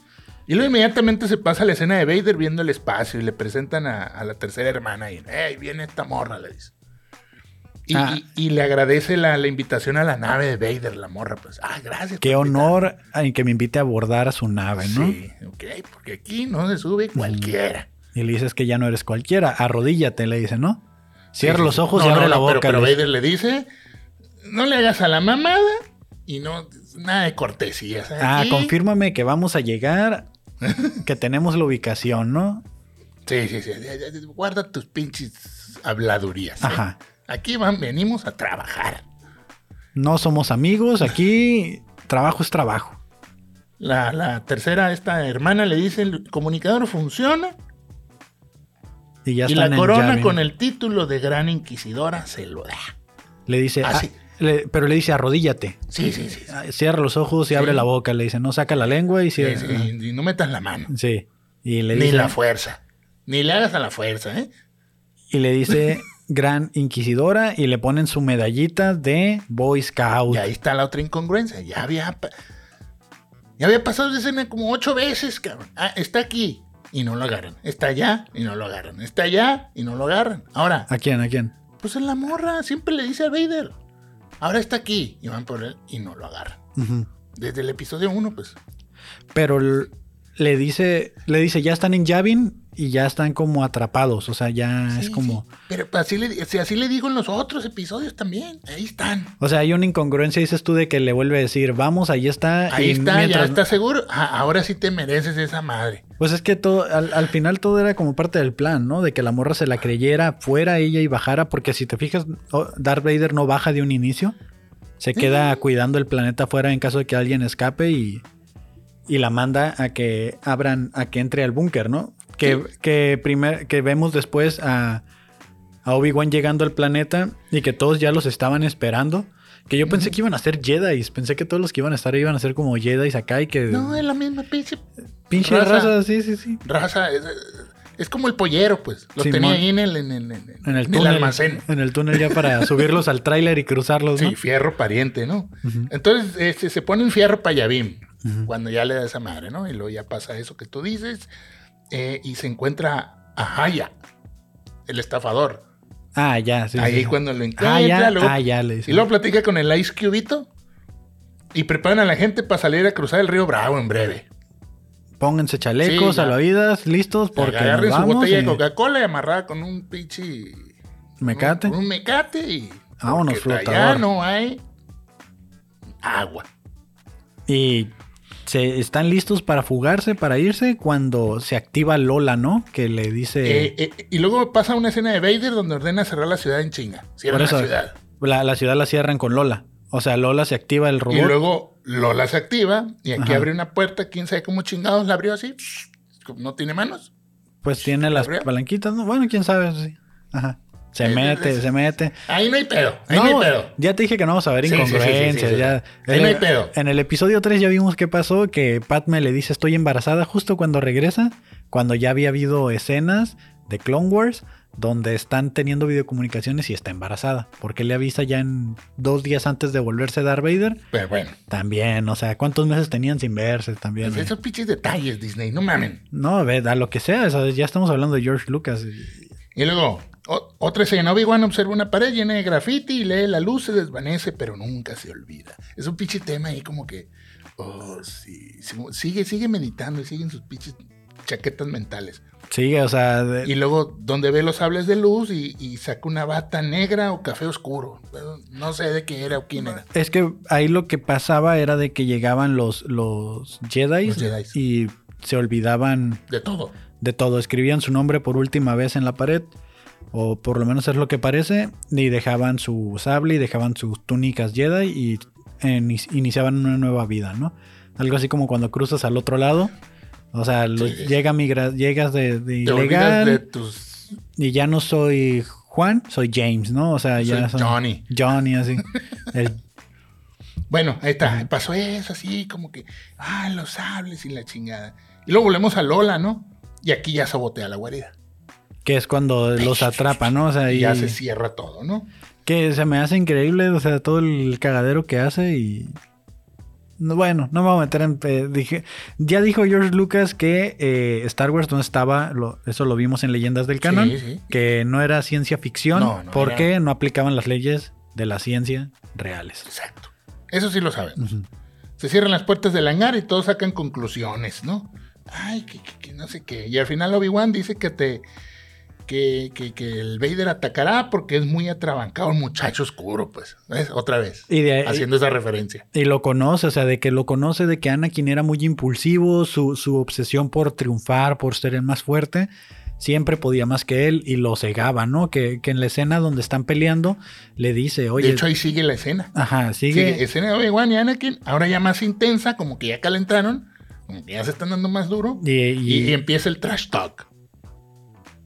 [SPEAKER 2] Y luego inmediatamente se pasa a la escena de Vader viendo el espacio y le presentan a, a la tercera hermana y, hey, viene esta morra, le dice. Y,
[SPEAKER 1] Ah.
[SPEAKER 2] y- y le agradece la, la invitación a la nave de Vader, la morra, pues, ah, gracias.
[SPEAKER 1] Qué
[SPEAKER 2] papita".
[SPEAKER 1] honor en que me invite a abordar a su nave, ¿no?
[SPEAKER 2] Sí, ok, porque aquí no se sube cualquiera.
[SPEAKER 1] Y le dices que ya no eres cualquiera, arrodíllate, le dice, ¿no? Cierra
[SPEAKER 2] Sí, sí,
[SPEAKER 1] los
[SPEAKER 2] sí.
[SPEAKER 1] ojos
[SPEAKER 2] No,
[SPEAKER 1] y
[SPEAKER 2] no,
[SPEAKER 1] abre la
[SPEAKER 2] no,
[SPEAKER 1] boca.
[SPEAKER 2] pero- Pero,
[SPEAKER 1] le dice.
[SPEAKER 2] Vader le dice: No le hagas a la mamada y no, nada de cortesías.
[SPEAKER 1] ah,
[SPEAKER 2] aquí".
[SPEAKER 1] confírmame que vamos a llegar, que tenemos la ubicación, ¿no?
[SPEAKER 2] Sí, sí, sí. ya, ya, ya, Guarda tus pinches habladurías. ¿eh?
[SPEAKER 1] Ajá.
[SPEAKER 2] Aquí van, venimos a trabajar.
[SPEAKER 1] No somos amigos, aquí trabajo es trabajo.
[SPEAKER 2] La, la tercera, esta hermana, le dice: El comunicador funciona.
[SPEAKER 1] Y ya
[SPEAKER 2] y
[SPEAKER 1] están
[SPEAKER 2] la
[SPEAKER 1] en
[SPEAKER 2] corona
[SPEAKER 1] Yavin.
[SPEAKER 2] con el título de gran inquisidora se lo da.
[SPEAKER 1] Le dice,
[SPEAKER 2] Ah,
[SPEAKER 1] ah,
[SPEAKER 2] sí.
[SPEAKER 1] le- pero le dice arrodíllate.
[SPEAKER 2] Sí, sí, sí. sí.
[SPEAKER 1] Ah, Cierra los ojos y abre la boca, le dice, no saca la lengua y
[SPEAKER 2] Sí,
[SPEAKER 1] cierra.
[SPEAKER 2] sí,
[SPEAKER 1] Sí.
[SPEAKER 2] Y no metas la mano.
[SPEAKER 1] Y le
[SPEAKER 2] Ni
[SPEAKER 1] dice,
[SPEAKER 2] la fuerza. Ni le hagas a la fuerza, ¿eh?
[SPEAKER 1] y le dice, gran inquisidora y le ponen su medallita de Boy Scout.
[SPEAKER 2] Y ahí está la otra incongruencia. Ya había, pa- ya había pasado de escena como ocho veces, cabrón. Ah, está aquí y no lo agarran. Está allá y no lo agarran. Está allá y no lo agarran. Ahora,
[SPEAKER 1] ¿A quién? ¿A quién?
[SPEAKER 2] pues es la morra. Siempre le dice a Vader. Ahora está aquí y van por él y no lo agarran.
[SPEAKER 1] Ujú.
[SPEAKER 2] Desde el episodio 1, pues.
[SPEAKER 1] Pero l- le dice, le dice, ya están en Yavin y ya están como atrapados. O sea, ya Ah, es
[SPEAKER 2] Sí,
[SPEAKER 1] como.
[SPEAKER 2] sí. Pero pues, así le, si así le digo en los otros episodios también. Ahí están.
[SPEAKER 1] O sea, hay una incongruencia, dices tú, de que le vuelve a decir, vamos, ahí está.
[SPEAKER 2] Ahí
[SPEAKER 1] Ah, y
[SPEAKER 2] está,
[SPEAKER 1] mientras-
[SPEAKER 2] ya está seguro. Ah, ahora sí te mereces esa madre.
[SPEAKER 1] Pues es que todo, al, al final todo era como parte del plan, ¿no? De que la morra se la creyera, fuera ella y bajara, porque si te fijas, o- Darth Vader no baja de un inicio, se queda cuidando el planeta afuera en caso de que alguien escape y, y la manda a que abran, a que entre al búnker, ¿no? Que, que, primer, que vemos después a, a Obi-Wan llegando al planeta y que todos ya los estaban esperando. Que yo pensé que iban a ser Jedi, pensé que todos los que iban a estar ahí iban a ser como Jedi acá y que
[SPEAKER 2] No, es la misma pinche
[SPEAKER 1] pinche
[SPEAKER 2] raza.
[SPEAKER 1] raza, sí, sí, sí.
[SPEAKER 2] raza. Es, es como el pollero, pues. Los
[SPEAKER 1] Simón.
[SPEAKER 2] tenía ahí en el, en el, en el-
[SPEAKER 1] En el
[SPEAKER 2] en el
[SPEAKER 1] túnel.
[SPEAKER 2] almacén.
[SPEAKER 1] En el túnel ya para subirlos al tráiler y cruzarlos, ¿no?
[SPEAKER 2] Sí, fierro pariente, ¿no?
[SPEAKER 1] Ujú.
[SPEAKER 2] Entonces este, se pone un fierro para Yavim,
[SPEAKER 1] Ujú.
[SPEAKER 2] cuando ya le da esa madre, ¿no? Y luego ya pasa eso que tú dices. eh, y se encuentra a Haya, el estafador.
[SPEAKER 1] Ah, ya, sí.
[SPEAKER 2] ahí
[SPEAKER 1] sí.
[SPEAKER 2] cuando lo encuentra,
[SPEAKER 1] Ah, ya,
[SPEAKER 2] luego
[SPEAKER 1] ah, ya, le
[SPEAKER 2] Y
[SPEAKER 1] dice.
[SPEAKER 2] luego platica con el Ice Cubito y preparan a la gente para salir a cruzar el río Bravo en breve.
[SPEAKER 1] Pónganse chalecos,
[SPEAKER 2] Sí, ya.
[SPEAKER 1] salvavidas, listos, porque nos
[SPEAKER 2] agarren su
[SPEAKER 1] vamos
[SPEAKER 2] botella
[SPEAKER 1] y
[SPEAKER 2] de Coca-Cola y amarrada con un pinche.
[SPEAKER 1] mecate.
[SPEAKER 2] Un, un mecate y.
[SPEAKER 1] Vámonos,
[SPEAKER 2] porque para
[SPEAKER 1] flotador.
[SPEAKER 2] allá no hay agua.
[SPEAKER 1] Y se están listos para fugarse, para irse, cuando se activa Lola, ¿no? Que le dice...
[SPEAKER 2] Eh, eh, y luego pasa una escena de Vader donde ordena cerrar la ciudad en chinga. Cierra
[SPEAKER 1] por
[SPEAKER 2] la
[SPEAKER 1] eso,
[SPEAKER 2] ciudad.
[SPEAKER 1] la, la ciudad la cierran con Lola. O sea, Lola se activa el robot.
[SPEAKER 2] Y luego Lola se activa y aquí
[SPEAKER 1] Ajá.
[SPEAKER 2] abre una puerta. Quién sabe cómo chingados la abrió así. No tiene manos.
[SPEAKER 1] pues tiene las
[SPEAKER 2] ¿Abrió?
[SPEAKER 1] palanquitas, ¿no? Bueno, quién sabe. sí. Ajá. Se
[SPEAKER 2] Eh,
[SPEAKER 1] mete,
[SPEAKER 2] es-
[SPEAKER 1] se mete.
[SPEAKER 2] Ahí no hay pedo. Ahí no,
[SPEAKER 1] No,
[SPEAKER 2] hay pedo.
[SPEAKER 1] ya te dije que no vamos a ver
[SPEAKER 2] Sí, sí, sí, sí, sí,
[SPEAKER 1] incongruencias.
[SPEAKER 2] sí.
[SPEAKER 1] ya.
[SPEAKER 2] Ahí
[SPEAKER 1] En
[SPEAKER 2] no hay
[SPEAKER 1] el-
[SPEAKER 2] pedo.
[SPEAKER 1] En el episodio 3 ya vimos qué pasó, que Padme le dice estoy embarazada justo cuando regresa, cuando ya había habido escenas de Clone Wars donde están teniendo videocomunicaciones y está embarazada. Porque le avisa ya en dos días antes de volverse Darth Vader.
[SPEAKER 2] Pero bueno.
[SPEAKER 1] eh, También, o sea, ¿cuántos meses tenían sin verse también?
[SPEAKER 2] Pues esos pinches detalles, Disney, no mamen.
[SPEAKER 1] No, a ver, a lo que sea, o sea, ya estamos hablando de George Lucas. y-
[SPEAKER 2] Y luego, o- otra escena. Obi-Wan observa una pared llena de graffiti y lee la luz, se desvanece, pero nunca se olvida. Es un pinche tema ahí como que. Oh, sí. sí, Sigue, sigue meditando y siguen sus pinches chaquetas mentales.
[SPEAKER 1] Sí, o sea, de-
[SPEAKER 2] Y luego, donde ve los sables de luz y, y saca una bata negra o café oscuro. Pero No sé de qué era o quién era.
[SPEAKER 1] Es que ahí lo que pasaba era de que llegaban los, los Jedi
[SPEAKER 2] Los Jedis.
[SPEAKER 1] y se olvidaban
[SPEAKER 2] De todo.
[SPEAKER 1] de todo. Escribían su nombre por última vez en la pared, o por lo menos es lo que parece, y dejaban su sable y dejaban sus túnicas Jedi y en- iniciaban una nueva vida, ¿no? Algo así como cuando cruzas al otro lado. O sea, los-
[SPEAKER 2] Sí.
[SPEAKER 1] llega migra- llegas de, de
[SPEAKER 2] Te olvidas
[SPEAKER 1] ilegal
[SPEAKER 2] de tus.
[SPEAKER 1] y ya no soy Juan, soy James, ¿no? O sea, Ah, ya
[SPEAKER 2] soy
[SPEAKER 1] son-
[SPEAKER 2] Johnny.
[SPEAKER 1] Johnny, así. El
[SPEAKER 2] Bueno, ahí está. Pasó eso, así como que, ah, los sables y la chingada. Y luego volvemos a Lola, ¿no? Y aquí ya sabotea la guarida.
[SPEAKER 1] Que es cuando los atrapa, ¿no? O sea,
[SPEAKER 2] Y
[SPEAKER 1] y
[SPEAKER 2] ya se cierra todo, ¿no?
[SPEAKER 1] que se me hace increíble, o sea, todo el cagadero que hace y... No, Bueno, no me voy a meter en... eh, dije, ya dijo George Lucas que eh, Star Wars no estaba, lo- eso lo vimos en Leyendas del Canon,
[SPEAKER 2] Sí, sí.
[SPEAKER 1] que no era ciencia ficción
[SPEAKER 2] No, no
[SPEAKER 1] porque no aplicaban las leyes de la ciencia reales.
[SPEAKER 2] Exacto. Eso sí lo sabemos.
[SPEAKER 1] Ujú.
[SPEAKER 2] Se cierran las puertas del hangar y todos sacan conclusiones, ¿no? Ay, que, que- que no sé qué. Y al final Obi-Wan dice que te. Que, que- que el Vader atacará porque es muy atrabancado, un muchacho oscuro, pues. ¿Ves? Otra vez.
[SPEAKER 1] Y eh, de ahí-
[SPEAKER 2] Haciendo esa referencia.
[SPEAKER 1] Y lo conoce, o sea, de que lo conoce, de que Anakin era muy impulsivo, su, su obsesión por triunfar, por ser el más fuerte, siempre podía más que él y lo cegaba, ¿no? Que, que en la escena donde están peleando le dice, oye,
[SPEAKER 2] de hecho, ahí sigue la escena.
[SPEAKER 1] ajá, sigue.
[SPEAKER 2] Sigue escena de Obi-Wan eh, y Anakin, ahora ya más intensa, como que ya calentaron, como que ya se están dando más duro.
[SPEAKER 1] y,
[SPEAKER 2] Y, em
[SPEAKER 1] y-
[SPEAKER 2] y empieza el trash talk.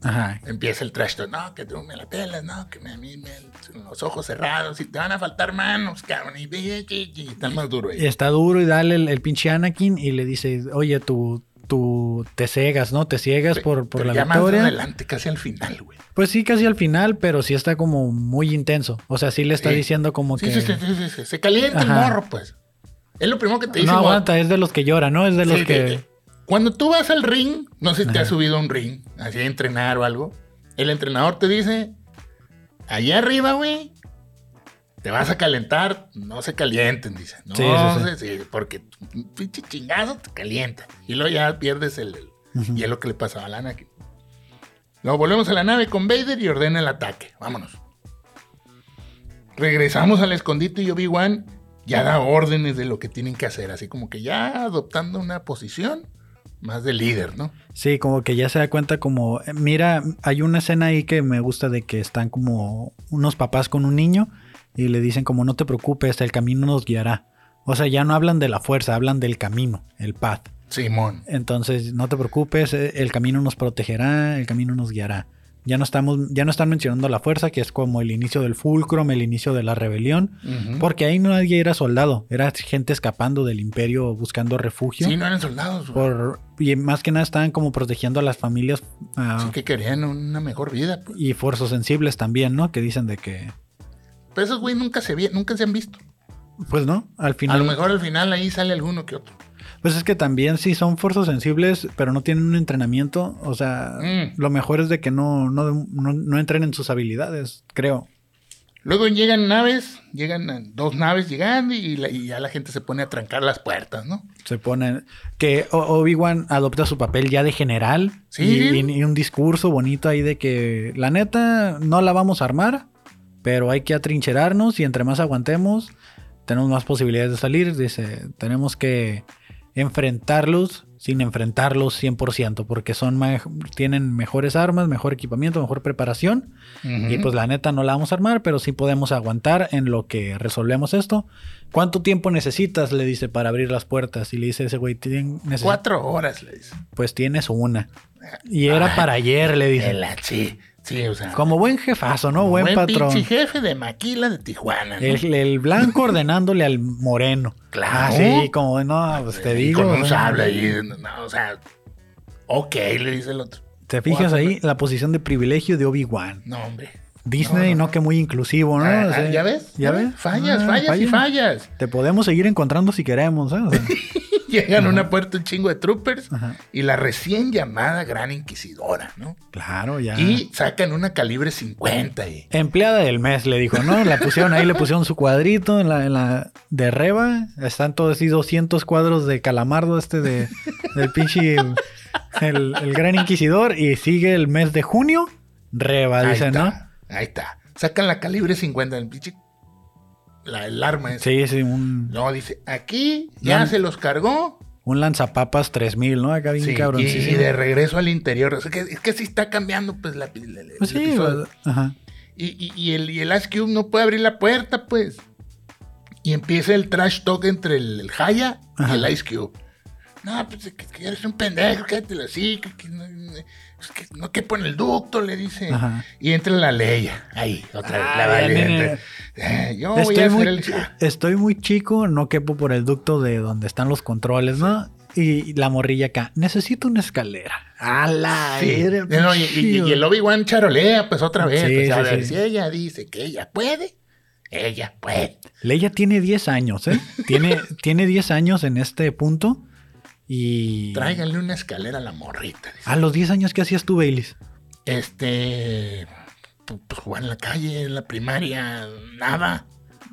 [SPEAKER 1] ajá,
[SPEAKER 2] Empieza el trash talk. No, que tú me la pelas, no, que me, a mí me- los ojos cerrados y te van a faltar manos, cabrón. Y, y- y- y- y están más duro ahí.
[SPEAKER 1] está duro y dale el, el pinche Anakin y le dice, oye, tu, tu, te cegas, ¿no? Te ciegas
[SPEAKER 2] Pe-
[SPEAKER 1] por, por
[SPEAKER 2] pero
[SPEAKER 1] la
[SPEAKER 2] ya más
[SPEAKER 1] victoria.
[SPEAKER 2] adelante, casi al final, güey.
[SPEAKER 1] Pues sí, casi al final, pero sí está como muy intenso. O sea, sí le está
[SPEAKER 2] Sí.
[SPEAKER 1] diciendo como
[SPEAKER 2] Sí,
[SPEAKER 1] que.
[SPEAKER 2] sí, sí, sí, sí, sí. Se calienta
[SPEAKER 1] Ajá.
[SPEAKER 2] el morro, pues. Es lo primero que te dice.
[SPEAKER 1] no
[SPEAKER 2] cuando-
[SPEAKER 1] aguanta, es de los que llora, ¿no? Es de los
[SPEAKER 2] Sí,
[SPEAKER 1] que.
[SPEAKER 2] de- de- Cuando tú vas al ring, no sé si te
[SPEAKER 1] Ajá.
[SPEAKER 2] has subido a un ring, así a entrenar o algo. El entrenador te dice, allá arriba, güey, te vas a calentar, no se calienten, dice. No,
[SPEAKER 1] Sí, sí,
[SPEAKER 2] se- sí, porque un pinche chingazo te calienta. Y luego ya pierdes el, el
[SPEAKER 1] Ujú.
[SPEAKER 2] hielo que le pasaba a la nave. Luego volvemos a la nave con Vader y ordena el ataque. Vámonos. Regresamos al escondite y Obi-Wan ya da órdenes de lo que tienen que hacer, así como que ya adoptando una posición más de líder, ¿no?
[SPEAKER 1] Sí, como que ya se da cuenta como, eh, mira, hay una escena ahí que me gusta de que están como unos papás con un niño y le dicen como no te preocupes, el camino nos guiará. O sea, ya no hablan de la fuerza, hablan del camino, el path.
[SPEAKER 2] Simón.
[SPEAKER 1] Entonces, no te preocupes, eh, el camino nos protegerá, el camino nos guiará. Ya no estamos, ya no están mencionando la fuerza, que es como el inicio del fulcrum, el inicio de la rebelión,
[SPEAKER 2] Ujú.
[SPEAKER 1] porque ahí nadie era soldado, era gente escapando del imperio buscando refugio.
[SPEAKER 2] Sí, no eran soldados, güey.
[SPEAKER 1] Por, y más que nada estaban como protegiendo a las familias ah,
[SPEAKER 2] Así que querían una mejor vida. Pues,
[SPEAKER 1] y forzos sensibles también, ¿no? Que dicen de que,
[SPEAKER 2] Pero esos güey nunca se, vi- nunca se han visto.
[SPEAKER 1] pues no, al
[SPEAKER 2] A lo
[SPEAKER 1] final.
[SPEAKER 2] mejor al final ahí sale alguno que otro.
[SPEAKER 1] Pues es que también si son forzos sensibles, pero no tienen un entrenamiento, o sea,
[SPEAKER 2] Mm.
[SPEAKER 1] lo mejor es de que no, no, no, no entrenen sus habilidades, creo.
[SPEAKER 2] Luego llegan naves, llegan eh, dos naves llegando y, la- y ya la gente se pone a trancar las puertas, ¿no?
[SPEAKER 1] Se ponen. Que O- Obi-Wan adopta su papel ya de general.
[SPEAKER 2] Sí.
[SPEAKER 1] Y, y- y un discurso bonito ahí de que la neta no la vamos a armar, pero hay que atrincherarnos y entre más aguantemos, tenemos más posibilidades de salir. Dice, tenemos que enfrentarlos sin enfrentarlos 100%, porque son me- tienen mejores armas, mejor equipamiento, mejor preparación. Y
[SPEAKER 2] Ujú.
[SPEAKER 1] pues la neta no la vamos a armar, pero sí podemos aguantar en lo que resolvemos esto. ¿Cuánto tiempo necesitas? Le dice para abrir las puertas. Y le dice ese güey, "Tien- necesi-
[SPEAKER 2] Cuatro horas, le dice.
[SPEAKER 1] pues tienes una. Y era
[SPEAKER 2] Ay,
[SPEAKER 1] para ayer, le
[SPEAKER 2] De
[SPEAKER 1] dice.
[SPEAKER 2] la- sí, sí, o sea.
[SPEAKER 1] Como buen jefazo, ¿no? Buen, patrón.
[SPEAKER 2] pinche jefe de Maquila de Tijuana. ¿no?
[SPEAKER 1] El, el blanco ordenándole al moreno.
[SPEAKER 2] Claro.
[SPEAKER 1] Así como, no, pues te
[SPEAKER 2] ¿Ah, Y
[SPEAKER 1] digo.
[SPEAKER 2] Con un
[SPEAKER 1] ¿no?
[SPEAKER 2] sable ahí. no, o sea, ok, le dice el otro.
[SPEAKER 1] Te fijas
[SPEAKER 2] Cuatro,
[SPEAKER 1] ahí la posición de privilegio de Obi-Wan.
[SPEAKER 2] No, hombre.
[SPEAKER 1] Disney, no,
[SPEAKER 2] no.
[SPEAKER 1] que muy inclusivo, ¿no?
[SPEAKER 2] Ah,
[SPEAKER 1] O sea,
[SPEAKER 2] ¿Ya ves?
[SPEAKER 1] ¿Ya ves?
[SPEAKER 2] Fallas,
[SPEAKER 1] Ah,
[SPEAKER 2] fallas y fallas.
[SPEAKER 1] Te podemos seguir encontrando si queremos, ¿eh? O sea,
[SPEAKER 2] Llegan a una puerta un chingo de troopers
[SPEAKER 1] ajá.
[SPEAKER 2] y la recién llamada Gran Inquisidora, ¿no?
[SPEAKER 1] Claro, ya.
[SPEAKER 2] Y sacan una calibre 50 y
[SPEAKER 1] Empleada del mes, le dijo, ¿no? La pusieron ahí, le pusieron su cuadrito en la, en la de Reba. Están todos así 200 cuadros de calamardo este de, del pinche el, el- el gran inquisidor. Y sigue el mes de junio, Reba,
[SPEAKER 2] ahí
[SPEAKER 1] dice,
[SPEAKER 2] está,
[SPEAKER 1] ¿no?
[SPEAKER 2] Ahí está. Sacan la calibre 50 el pinche la, el arma esa.
[SPEAKER 1] Sí, sí, un,
[SPEAKER 2] No, dice, aquí ya
[SPEAKER 1] No.
[SPEAKER 2] se los cargó
[SPEAKER 1] un lanzapapas 3000, ¿no? Acá bien
[SPEAKER 2] Sí, y,
[SPEAKER 1] cabroncísimo.
[SPEAKER 2] y de regreso al interior. O sea, que- es que sí está cambiando, pues, la, la- la- el
[SPEAKER 1] Pues sí,
[SPEAKER 2] episodio.
[SPEAKER 1] pues, ajá.
[SPEAKER 2] Y, y- y el, y el Ice Cube no puede abrir la puerta, pues. Y empieza el trash talk entre el, el Haya
[SPEAKER 1] Ajá.
[SPEAKER 2] y el Ice Cube. No, pues es que, que eres un pendejo, quédatelo así, que, que no, es que no quepo en el ducto, le dice.
[SPEAKER 1] Ajá.
[SPEAKER 2] Y entra la Leia, ahí, otra vez,
[SPEAKER 1] Ah,
[SPEAKER 2] la
[SPEAKER 1] bien,
[SPEAKER 2] valiente. Eh, yo voy a
[SPEAKER 1] Estoy
[SPEAKER 2] hacer
[SPEAKER 1] muy,
[SPEAKER 2] el...
[SPEAKER 1] estoy muy chico, no quepo por el ducto de donde están los controles, ¿no? Y la morrilla acá, necesito una escalera.
[SPEAKER 2] A la
[SPEAKER 1] Sí.
[SPEAKER 2] verga. No, y, y- y el Obi-Wan charolea, pues otra vez.
[SPEAKER 1] Sí,
[SPEAKER 2] pues, a
[SPEAKER 1] sí,
[SPEAKER 2] ver,
[SPEAKER 1] sí.
[SPEAKER 2] si ella dice que ella puede, ella puede.
[SPEAKER 1] Leia tiene 10 años, ¿eh? Tiene, tiene 10 años en este punto. Y.
[SPEAKER 2] Tráiganle una escalera a la morrita. dice.
[SPEAKER 1] A los 10 años, ¿qué hacías tú, Baileys?
[SPEAKER 2] Este. pu- Pues jugar en la calle, en la primaria, nada.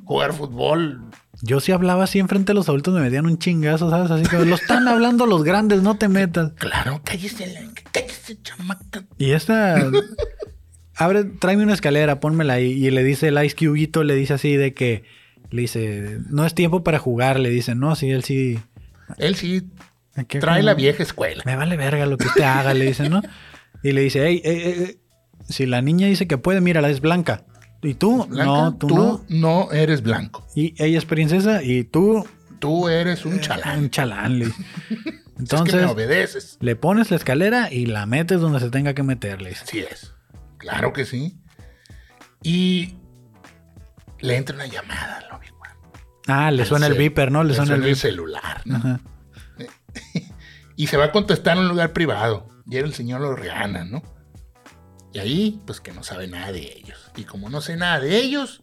[SPEAKER 2] Jugar fútbol.
[SPEAKER 1] Yo si hablaba así enfrente de los adultos, me metían un chingazo, ¿sabes? Así que lo están hablando los grandes, no te metas.
[SPEAKER 2] Claro, cállese, la- cállese, chamaca.
[SPEAKER 1] Y esta. Abre, tráeme una escalera, pónmela ahí. Y le dice el Ice Cubeito, le dice así de que. Le dice, no es tiempo para jugar, le dice, no, sí, él sí.
[SPEAKER 2] Él sí
[SPEAKER 1] Aquí
[SPEAKER 2] trae
[SPEAKER 1] como-
[SPEAKER 2] la vieja escuela.
[SPEAKER 1] Me vale verga lo que usted haga, le dice, ¿no? Y le dice, hey, eh, si la niña dice que puede, mírala, es blanca. Y tú,
[SPEAKER 2] Blanca,
[SPEAKER 1] no, tú,
[SPEAKER 2] tú
[SPEAKER 1] no.
[SPEAKER 2] no eres blanco.
[SPEAKER 1] Y ella es princesa y tú,
[SPEAKER 2] Tú eres un
[SPEAKER 1] eh,
[SPEAKER 2] chalán.
[SPEAKER 1] un chalán, le dice.
[SPEAKER 2] Entonces, es que
[SPEAKER 1] Entonces,
[SPEAKER 2] me obedeces.
[SPEAKER 1] le pones la escalera y la metes donde se tenga que meter, le dice.
[SPEAKER 2] Así es. Claro que sí. Y le entra una llamada al Obi-Wan.
[SPEAKER 1] Ah, le
[SPEAKER 2] Al
[SPEAKER 1] suena el
[SPEAKER 2] cel-
[SPEAKER 1] viper, ¿no? Le suena el
[SPEAKER 2] el
[SPEAKER 1] viper.
[SPEAKER 2] celular. ¿no?
[SPEAKER 1] Ajá.
[SPEAKER 2] Y se va a contestar en un lugar privado. Y era el señor Orreana, ¿no? Y ahí, pues que no sabe nada de ellos. Y como no sé nada de ellos,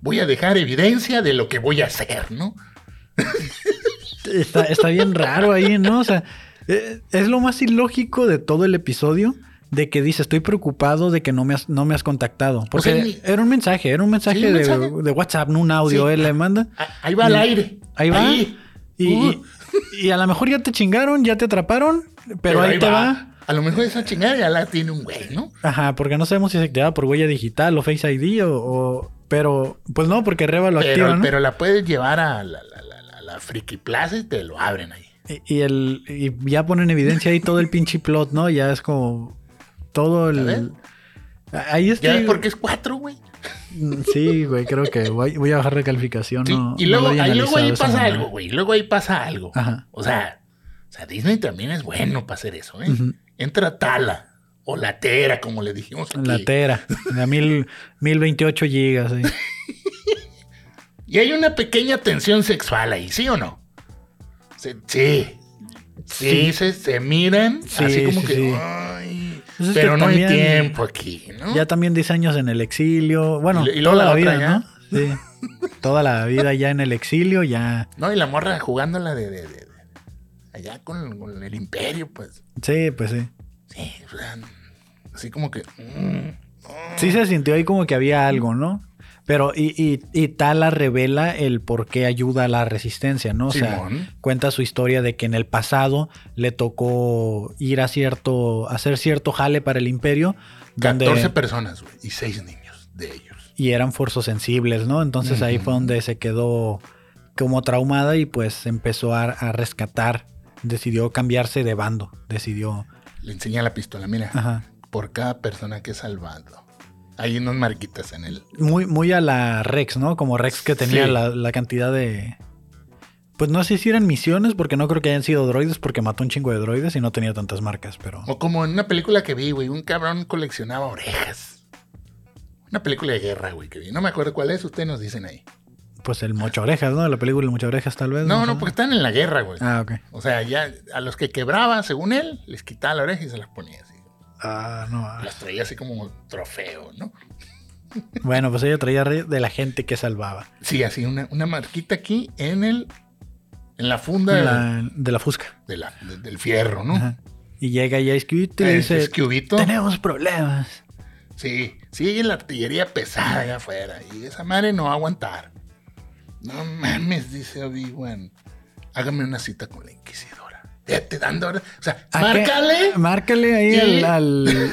[SPEAKER 2] voy a dejar evidencia de lo que voy a hacer, ¿no?
[SPEAKER 1] Está, está bien raro ahí, ¿no? O sea, eh, es lo más ilógico de todo el episodio de que dice, estoy preocupado de que no me has, no me has contactado. Porque
[SPEAKER 2] O sea, ni-
[SPEAKER 1] era un mensaje, era un mensaje,
[SPEAKER 2] Sí, un
[SPEAKER 1] de,
[SPEAKER 2] mensaje.
[SPEAKER 1] de WhatsApp, no un audio,
[SPEAKER 2] Sí.
[SPEAKER 1] él le manda.
[SPEAKER 2] A- Ah, Ahí va al aire.
[SPEAKER 1] Ahí va. Y,
[SPEAKER 2] Uh.
[SPEAKER 1] y- y a lo mejor ya te chingaron, ya te atraparon, pero, ahí, te va.
[SPEAKER 2] A lo mejor esa chingada ya la tiene un güey, ¿no?
[SPEAKER 1] Ajá, porque no sabemos si se activaba por huella digital o Face ID o... o- pero, pues no, porque Reba lo
[SPEAKER 2] pero,
[SPEAKER 1] activa, ¿no?
[SPEAKER 2] pero la puedes llevar a la, la, la, la- la friki plaza y te lo abren ahí.
[SPEAKER 1] Y, Eh, y el, y ya ponen en evidencia ahí todo el pinche plot, ¿no? Ya es como todo
[SPEAKER 2] A ver.
[SPEAKER 1] el... Ahí es
[SPEAKER 2] Ya
[SPEAKER 1] que...
[SPEAKER 2] ves por qué es cuatro, güey.
[SPEAKER 1] Sí, güey, creo que voy, voy a bajar de calificación.
[SPEAKER 2] Sí,
[SPEAKER 1] no-
[SPEAKER 2] y
[SPEAKER 1] no
[SPEAKER 2] luego,
[SPEAKER 1] lo había
[SPEAKER 2] ahí, luego ahí
[SPEAKER 1] analizado de esa
[SPEAKER 2] pasa
[SPEAKER 1] manera. Ah.
[SPEAKER 2] algo, güey. Luego ahí pasa algo.
[SPEAKER 1] Ajá.
[SPEAKER 2] O sea, o sea, Disney también es bueno para hacer eso, ¿eh?
[SPEAKER 1] Ujú.
[SPEAKER 2] Entra Tala o Latera, como le dijimos aquí.
[SPEAKER 1] La tera, de a mil, 1028 gigas. sí.
[SPEAKER 2] Y hay una pequeña tensión sexual ahí, ¿sí o no? Se- sí. Sí,
[SPEAKER 1] Sí.
[SPEAKER 2] Se, se miran
[SPEAKER 1] Sí,
[SPEAKER 2] así como
[SPEAKER 1] sí,
[SPEAKER 2] que.
[SPEAKER 1] sí.
[SPEAKER 2] "Ay,
[SPEAKER 1] Pues es
[SPEAKER 2] pero
[SPEAKER 1] que
[SPEAKER 2] no
[SPEAKER 1] también-
[SPEAKER 2] hay tiempo aquí, ¿no?
[SPEAKER 1] Ya también 10 años en el exilio. Bueno,
[SPEAKER 2] Y- y luego
[SPEAKER 1] toda la,
[SPEAKER 2] la otra
[SPEAKER 1] vida, ¿no? Sí. Toda la vida ya en el exilio, ya.
[SPEAKER 2] No, y la morra jugándola de. de, de- de- allá con, con el imperio, pues.
[SPEAKER 1] Sí, pues sí.
[SPEAKER 2] Sí, o sea, así como que. mm,
[SPEAKER 1] Sí se sintió ahí como que había algo, ¿no? Pero, y, y, y Tala revela el por qué ayuda a la resistencia, ¿no? O sea,
[SPEAKER 2] Simón.
[SPEAKER 1] cuenta su historia de que en el pasado le tocó ir a cierto, hacer cierto jale para el imperio. donde-
[SPEAKER 2] 14 personas, güey, y 6 niños de ellos.
[SPEAKER 1] y eran forzos sensibles, ¿no? Entonces ahí
[SPEAKER 2] Ujú.
[SPEAKER 1] fue donde se quedó como traumada y pues empezó a, a rescatar. Decidió cambiarse de bando. Decidió.
[SPEAKER 2] Le enseña la pistola, mira,
[SPEAKER 1] Ajá.
[SPEAKER 2] por cada persona que he salvado. Hay unas marquitas en él.
[SPEAKER 1] Muy, muy a la Rex, ¿no? Como Rex que tenía
[SPEAKER 2] Sí.
[SPEAKER 1] la, la cantidad de. Pues no sé si eran misiones, porque no creo que hayan sido droides, porque mató un chingo de droides y no tenía tantas marcas, pero.
[SPEAKER 2] O como en una película que vi, güey, un cabrón coleccionaba orejas. Una película de guerra, güey, que vi. No me acuerdo cuál es, ustedes nos dicen ahí.
[SPEAKER 1] Pues el Mocha Orejas, ¿no? La película El Mocha Orejas, tal vez.
[SPEAKER 2] No,
[SPEAKER 1] sé.
[SPEAKER 2] no, porque están en la guerra, güey.
[SPEAKER 1] Ah, ok.
[SPEAKER 2] O sea, ya a los que quebraba, según él, les quitaba la oreja y se las ponía así.
[SPEAKER 1] Ah, no. ah.
[SPEAKER 2] Las traía así como trofeo, ¿no?
[SPEAKER 1] Bueno, pues ella traía re- de la gente que salvaba.
[SPEAKER 2] Sí, así una, una marquita aquí en el... En la funda
[SPEAKER 1] De
[SPEAKER 2] del-
[SPEAKER 1] la, de la Fusca.
[SPEAKER 2] de la- de- del fierro, ¿no?
[SPEAKER 1] Ajá. Y llega ya Ice Cube y le
[SPEAKER 2] Eh,
[SPEAKER 1] dice,
[SPEAKER 2] es cubito.
[SPEAKER 1] tenemos problemas.
[SPEAKER 2] Sí, sigue la artillería pesada allá afuera y esa madre no va a aguantar. No mames, dice Obi-Wan. Hágame una cita con la Inquisidora. Vete dando ahora. O sea,
[SPEAKER 1] ¿A
[SPEAKER 2] márcale.
[SPEAKER 1] qué? Márcale ahí
[SPEAKER 2] Sí.
[SPEAKER 1] al, al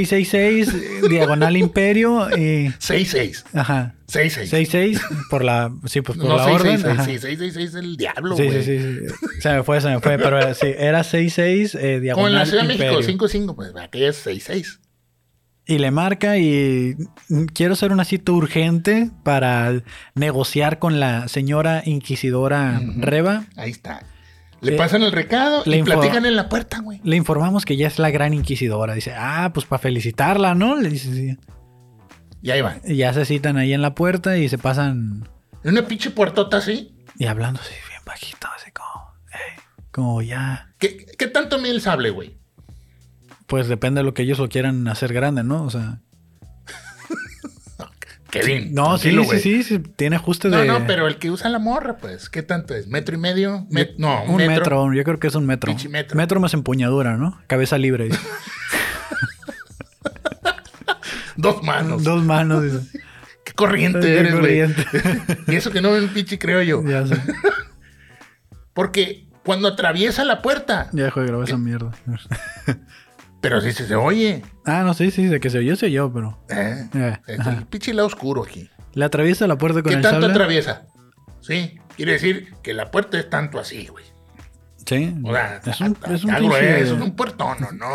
[SPEAKER 1] 666 diagonal imperio. eh,
[SPEAKER 2] 6-6.
[SPEAKER 1] ajá.
[SPEAKER 2] 6-6.
[SPEAKER 1] 66 por la... Sí, pues por
[SPEAKER 2] No,
[SPEAKER 1] la
[SPEAKER 2] 6-6.
[SPEAKER 1] orden. ajá.
[SPEAKER 2] 6-6, 6-6 es el diablo,
[SPEAKER 1] Sí,
[SPEAKER 2] güey.
[SPEAKER 1] sí, sí, sí. Se me fue, se me fue. Pero era, sí, era 66 eh,
[SPEAKER 2] Como
[SPEAKER 1] diagonal
[SPEAKER 2] en la Ciudad de México,
[SPEAKER 1] imperio.
[SPEAKER 2] 5-5, pues aquella es 6-6.
[SPEAKER 1] Y le marca y mm, quiero hacer una cita urgente para negociar con la señora inquisidora
[SPEAKER 2] Ujú.
[SPEAKER 1] Reba.
[SPEAKER 2] Ahí está. Le
[SPEAKER 1] Eh,
[SPEAKER 2] pasan el recado
[SPEAKER 1] le
[SPEAKER 2] y
[SPEAKER 1] info-
[SPEAKER 2] platican en la puerta, güey.
[SPEAKER 1] Le informamos que ya es la gran inquisidora. Dice, ah, pues para felicitarla, ¿no? Le dice, sí.
[SPEAKER 2] Y ahí van.
[SPEAKER 1] Y ya se citan ahí en la puerta y se pasan
[SPEAKER 2] En una pinche puertota así.
[SPEAKER 1] y hablando así bien bajito, así como, "Ey", como ya.
[SPEAKER 2] ¿Qué, qué tanto mide el sable, güey?
[SPEAKER 1] Pues depende de lo que ellos lo quieran hacer grande, ¿no? O sea,
[SPEAKER 2] Kevin.
[SPEAKER 1] no, sí,
[SPEAKER 2] tranquilo,
[SPEAKER 1] sí,
[SPEAKER 2] güey.
[SPEAKER 1] sí, sí, tiene ajuste
[SPEAKER 2] No,
[SPEAKER 1] de
[SPEAKER 2] no, pero el que usa la morra, pues, ¿qué tanto es? ¿Metro y medio? Me- no,
[SPEAKER 1] un metro. Yo creo que es un metro.
[SPEAKER 2] Pinche metro.
[SPEAKER 1] más empuñadura, ¿no? Cabeza libre. dice.
[SPEAKER 2] Dos manos.
[SPEAKER 1] Dos manos. dice.
[SPEAKER 2] Qué corriente
[SPEAKER 1] Qué
[SPEAKER 2] eres, güey.
[SPEAKER 1] corriente.
[SPEAKER 2] y eso que no es un pinche, creo yo.
[SPEAKER 1] ya sé.
[SPEAKER 2] Porque cuando atraviesa la puerta,
[SPEAKER 1] Ya dejó de grabar esa mierda.
[SPEAKER 2] pero si se oye,
[SPEAKER 1] ah, no, sí, sí, de que se oyó, se oyó, pero.
[SPEAKER 2] ¿eh?
[SPEAKER 1] Eh,
[SPEAKER 2] Es
[SPEAKER 1] ajá.
[SPEAKER 2] el pinche lado oscuro aquí.
[SPEAKER 1] Le atraviesa la puerta con
[SPEAKER 2] ¿Qué
[SPEAKER 1] el
[SPEAKER 2] tanto
[SPEAKER 1] sable.
[SPEAKER 2] atraviesa? Sí, quiere decir que la puerta es tanto así, güey.
[SPEAKER 1] Sí.
[SPEAKER 2] O sea,
[SPEAKER 1] es un,
[SPEAKER 2] a- a-
[SPEAKER 1] es un
[SPEAKER 2] a
[SPEAKER 1] pinche-
[SPEAKER 2] grueso, es un puertón, no, no.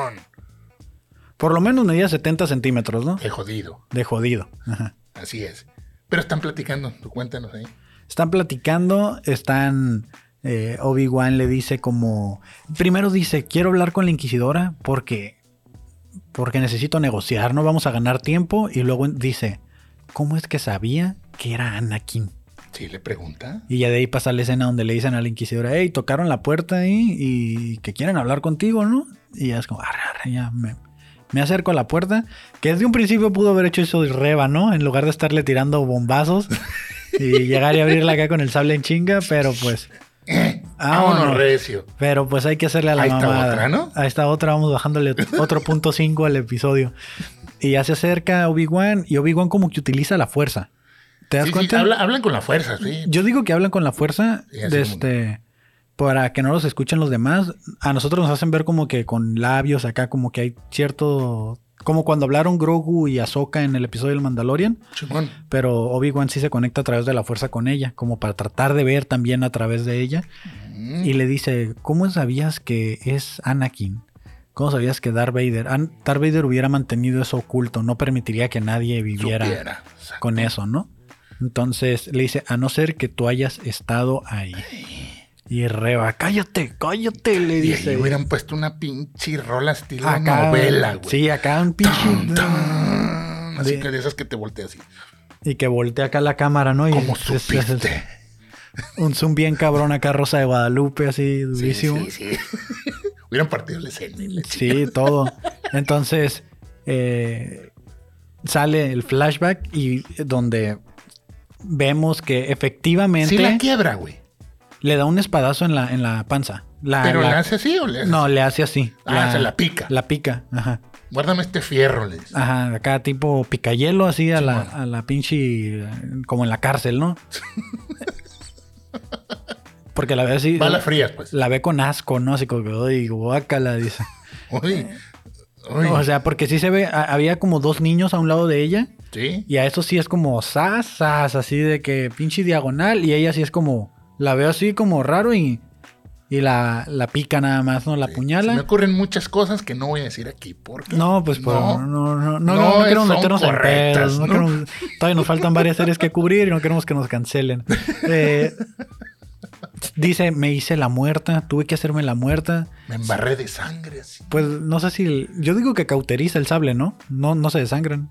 [SPEAKER 1] Por lo menos medía 70 centímetros, ¿no?
[SPEAKER 2] Qué jodido,
[SPEAKER 1] De jodido. Ajá.
[SPEAKER 2] así es. Pero están platicando, tú cuéntanos ahí.
[SPEAKER 1] Están platicando, están... eh, Obi-Wan le dice como... Primero dice, quiero hablar con la Inquisidora porque... Porque necesito negociar, no vamos a ganar tiempo. Y luego dice, ¿cómo es que sabía que era Anakin?
[SPEAKER 2] Sí, le pregunta.
[SPEAKER 1] Y ya de ahí pasa la escena donde le dicen a la inquisidora, hey, tocaron la puerta ahí y que quieren hablar contigo, ¿no? Y ya es como, "Arre, arre", ya me, me acerco a la puerta. Que desde un principio pudo haber hecho eso de reba, ¿no? En lugar de estarle tirando bombazos y llegar y abrirla acá con el sable en chinga, pero pues...
[SPEAKER 2] Eh,
[SPEAKER 1] Vámonos.
[SPEAKER 2] vámonos, recio.
[SPEAKER 1] Pero pues hay que hacerle a la
[SPEAKER 2] Ahí está
[SPEAKER 1] mamada.
[SPEAKER 2] otra, ¿no?
[SPEAKER 1] Ahí está otra, vamos bajándole otro punto 5 al episodio. Y ya se acerca Obi-Wan y Obi-Wan como que utiliza la fuerza. ¿Te das
[SPEAKER 2] Sí, sí,
[SPEAKER 1] cuenta?
[SPEAKER 2] habla- hablan con la fuerza, sí.
[SPEAKER 1] Yo digo que hablan con la fuerza
[SPEAKER 2] Sí, así
[SPEAKER 1] de
[SPEAKER 2] como-
[SPEAKER 1] este para que no los escuchen los demás. A nosotros nos hacen ver como que con labios acá como que hay cierto como cuando hablaron Grogu y Ahsoka en el episodio del Mandalorian,
[SPEAKER 2] Chimón.
[SPEAKER 1] pero Obi-Wan sí se conecta a través de la fuerza con ella, como para tratar de ver también a través de ella.
[SPEAKER 2] Mm.
[SPEAKER 1] Y le dice, ¿cómo sabías que es Anakin? ¿Cómo sabías que Darth Vader? An- Darth Vader hubiera mantenido eso oculto, no permitiría que nadie viviera
[SPEAKER 2] Supiera. Exacto.
[SPEAKER 1] con eso, ¿no? Entonces le dice, a no ser que tú hayas estado ahí. Y Reba, cállate, cállate, le
[SPEAKER 2] Y ahí
[SPEAKER 1] dice.
[SPEAKER 2] hubieran puesto una pinche rola estilo
[SPEAKER 1] Acá-
[SPEAKER 2] novela, güey.
[SPEAKER 1] Sí, acá un pinche.
[SPEAKER 2] Tan, tan. Así
[SPEAKER 1] De-
[SPEAKER 2] que de esas que te volteas así.
[SPEAKER 1] Y que voltea acá la cámara, ¿no? Y
[SPEAKER 2] ¿Cómo
[SPEAKER 1] es- es-
[SPEAKER 2] supiste?
[SPEAKER 1] es- un zoom bien cabrón acá, Rosa de Guadalupe, así
[SPEAKER 2] Sí,
[SPEAKER 1] durísimo.
[SPEAKER 2] sí, sí. Hubieran partido la escena. y la chica.
[SPEAKER 1] Sí, todo. Entonces, eh, sale el flashback y donde vemos que efectivamente
[SPEAKER 2] Sí, la quiebra, güey.
[SPEAKER 1] le da un espadazo en la, en la panza. La-
[SPEAKER 2] Pero
[SPEAKER 1] la-
[SPEAKER 2] la hace así o le hace
[SPEAKER 1] No,
[SPEAKER 2] así?
[SPEAKER 1] le hace así.
[SPEAKER 2] Ah, se la pica.
[SPEAKER 1] La pica, ajá.
[SPEAKER 2] Guárdame este fierro, le dice.
[SPEAKER 1] Ajá, acá tipo picayelo así a, la,
[SPEAKER 2] Simón.
[SPEAKER 1] a la pinche... como en la cárcel, ¿no? Porque la ve así...
[SPEAKER 2] Balas frías, pues.
[SPEAKER 1] La ve con asco, ¿no? Así como que, "Ay, guácala", dice.
[SPEAKER 2] Uy. Uy.
[SPEAKER 1] Eh. O sea, porque sí se ve, a- había como dos niños a un lado de ella
[SPEAKER 2] sí.
[SPEAKER 1] y a eso sí es como sas, sas, así de que pinche diagonal y ella sí es como, la veo así como raro y, y la, la pica nada más, ¿no? La
[SPEAKER 2] Se me
[SPEAKER 1] puñala.
[SPEAKER 2] ocurren muchas cosas que no voy a decir aquí porque
[SPEAKER 1] No, pues pero no,
[SPEAKER 2] No.
[SPEAKER 1] no, no, no,
[SPEAKER 2] No,
[SPEAKER 1] no queremos
[SPEAKER 2] son
[SPEAKER 1] meternos en
[SPEAKER 2] correctas,
[SPEAKER 1] pedos, no
[SPEAKER 2] ¿no?
[SPEAKER 1] queremos- todavía nos faltan varias series que cubrir y no queremos que nos cancelen. Eh, dice, me hice la muerta, tuve que hacerme la muerta.
[SPEAKER 2] me embarré de sangre así.
[SPEAKER 1] Pues no sé si. el- yo digo que cauteriza el sable, ¿no? No, no se desangran.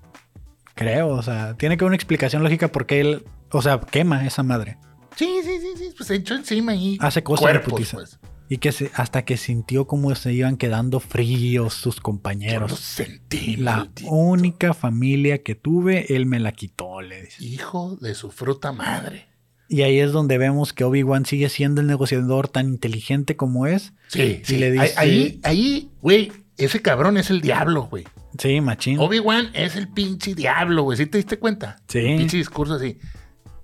[SPEAKER 1] Creo, o sea, tiene que haber una explicación lógica por qué él. O sea, quema esa madre.
[SPEAKER 2] Sí, sí, sí, sí. Pues se echó encima y
[SPEAKER 1] Hace cosas de
[SPEAKER 2] cuerpos,
[SPEAKER 1] putiza.
[SPEAKER 2] pues.
[SPEAKER 1] Y que se- hasta que sintió como se iban quedando fríos sus
[SPEAKER 2] Yo lo
[SPEAKER 1] compañeros.
[SPEAKER 2] sentí.
[SPEAKER 1] La
[SPEAKER 2] maldito.
[SPEAKER 1] única familia que tuve, él me la quitó, le dice.
[SPEAKER 2] Hijo de su fruta madre.
[SPEAKER 1] Y ahí es donde vemos que Obi-Wan sigue siendo el negociador tan inteligente como es.
[SPEAKER 2] Sí, sí.
[SPEAKER 1] le dice-
[SPEAKER 2] Ahí, ahí, güey, ese cabrón es el diablo, güey.
[SPEAKER 1] Sí, machín.
[SPEAKER 2] Obi-Wan es el pinche diablo, güey. ¿Sí te diste cuenta?
[SPEAKER 1] Sí.
[SPEAKER 2] El pinche discurso así.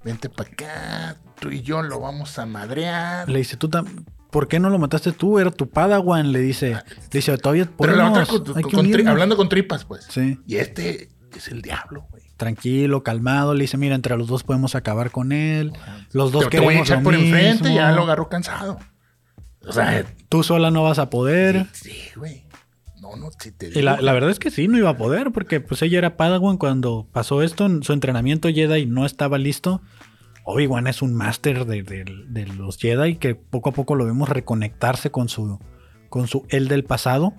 [SPEAKER 2] Vente para acá, tú y yo lo vamos a madrear.
[SPEAKER 1] Le dice, tú tam- ¿Por qué no lo mataste tú? Era tu padawan, le dice. Le dice, todavía
[SPEAKER 2] Ah, Pero la otra,
[SPEAKER 1] podemos,
[SPEAKER 2] con-
[SPEAKER 1] hay
[SPEAKER 2] con-
[SPEAKER 1] que
[SPEAKER 2] con tri-
[SPEAKER 1] unirnos".
[SPEAKER 2] hablando con tripas, pues.
[SPEAKER 1] Sí.
[SPEAKER 2] Y este es el diablo, güey.
[SPEAKER 1] tranquilo, calmado. Le dice, mira, entre los dos podemos acabar con él. Los dos
[SPEAKER 2] Te, te voy a
[SPEAKER 1] queremos
[SPEAKER 2] echar
[SPEAKER 1] lo
[SPEAKER 2] por enfrente,
[SPEAKER 1] mismo.
[SPEAKER 2] ya lo agarró cansado. O sea,
[SPEAKER 1] Tú sola no vas a poder.
[SPEAKER 2] sí, güey. No, no, si te
[SPEAKER 1] Y la, la verdad es que sí, no iba a poder, porque pues ella era Padawan cuando pasó esto. en Su entrenamiento Jedi no estaba listo. Obi-Wan es un máster de, de- de los Jedi que poco a poco lo vemos reconectarse con su, con su él del pasado.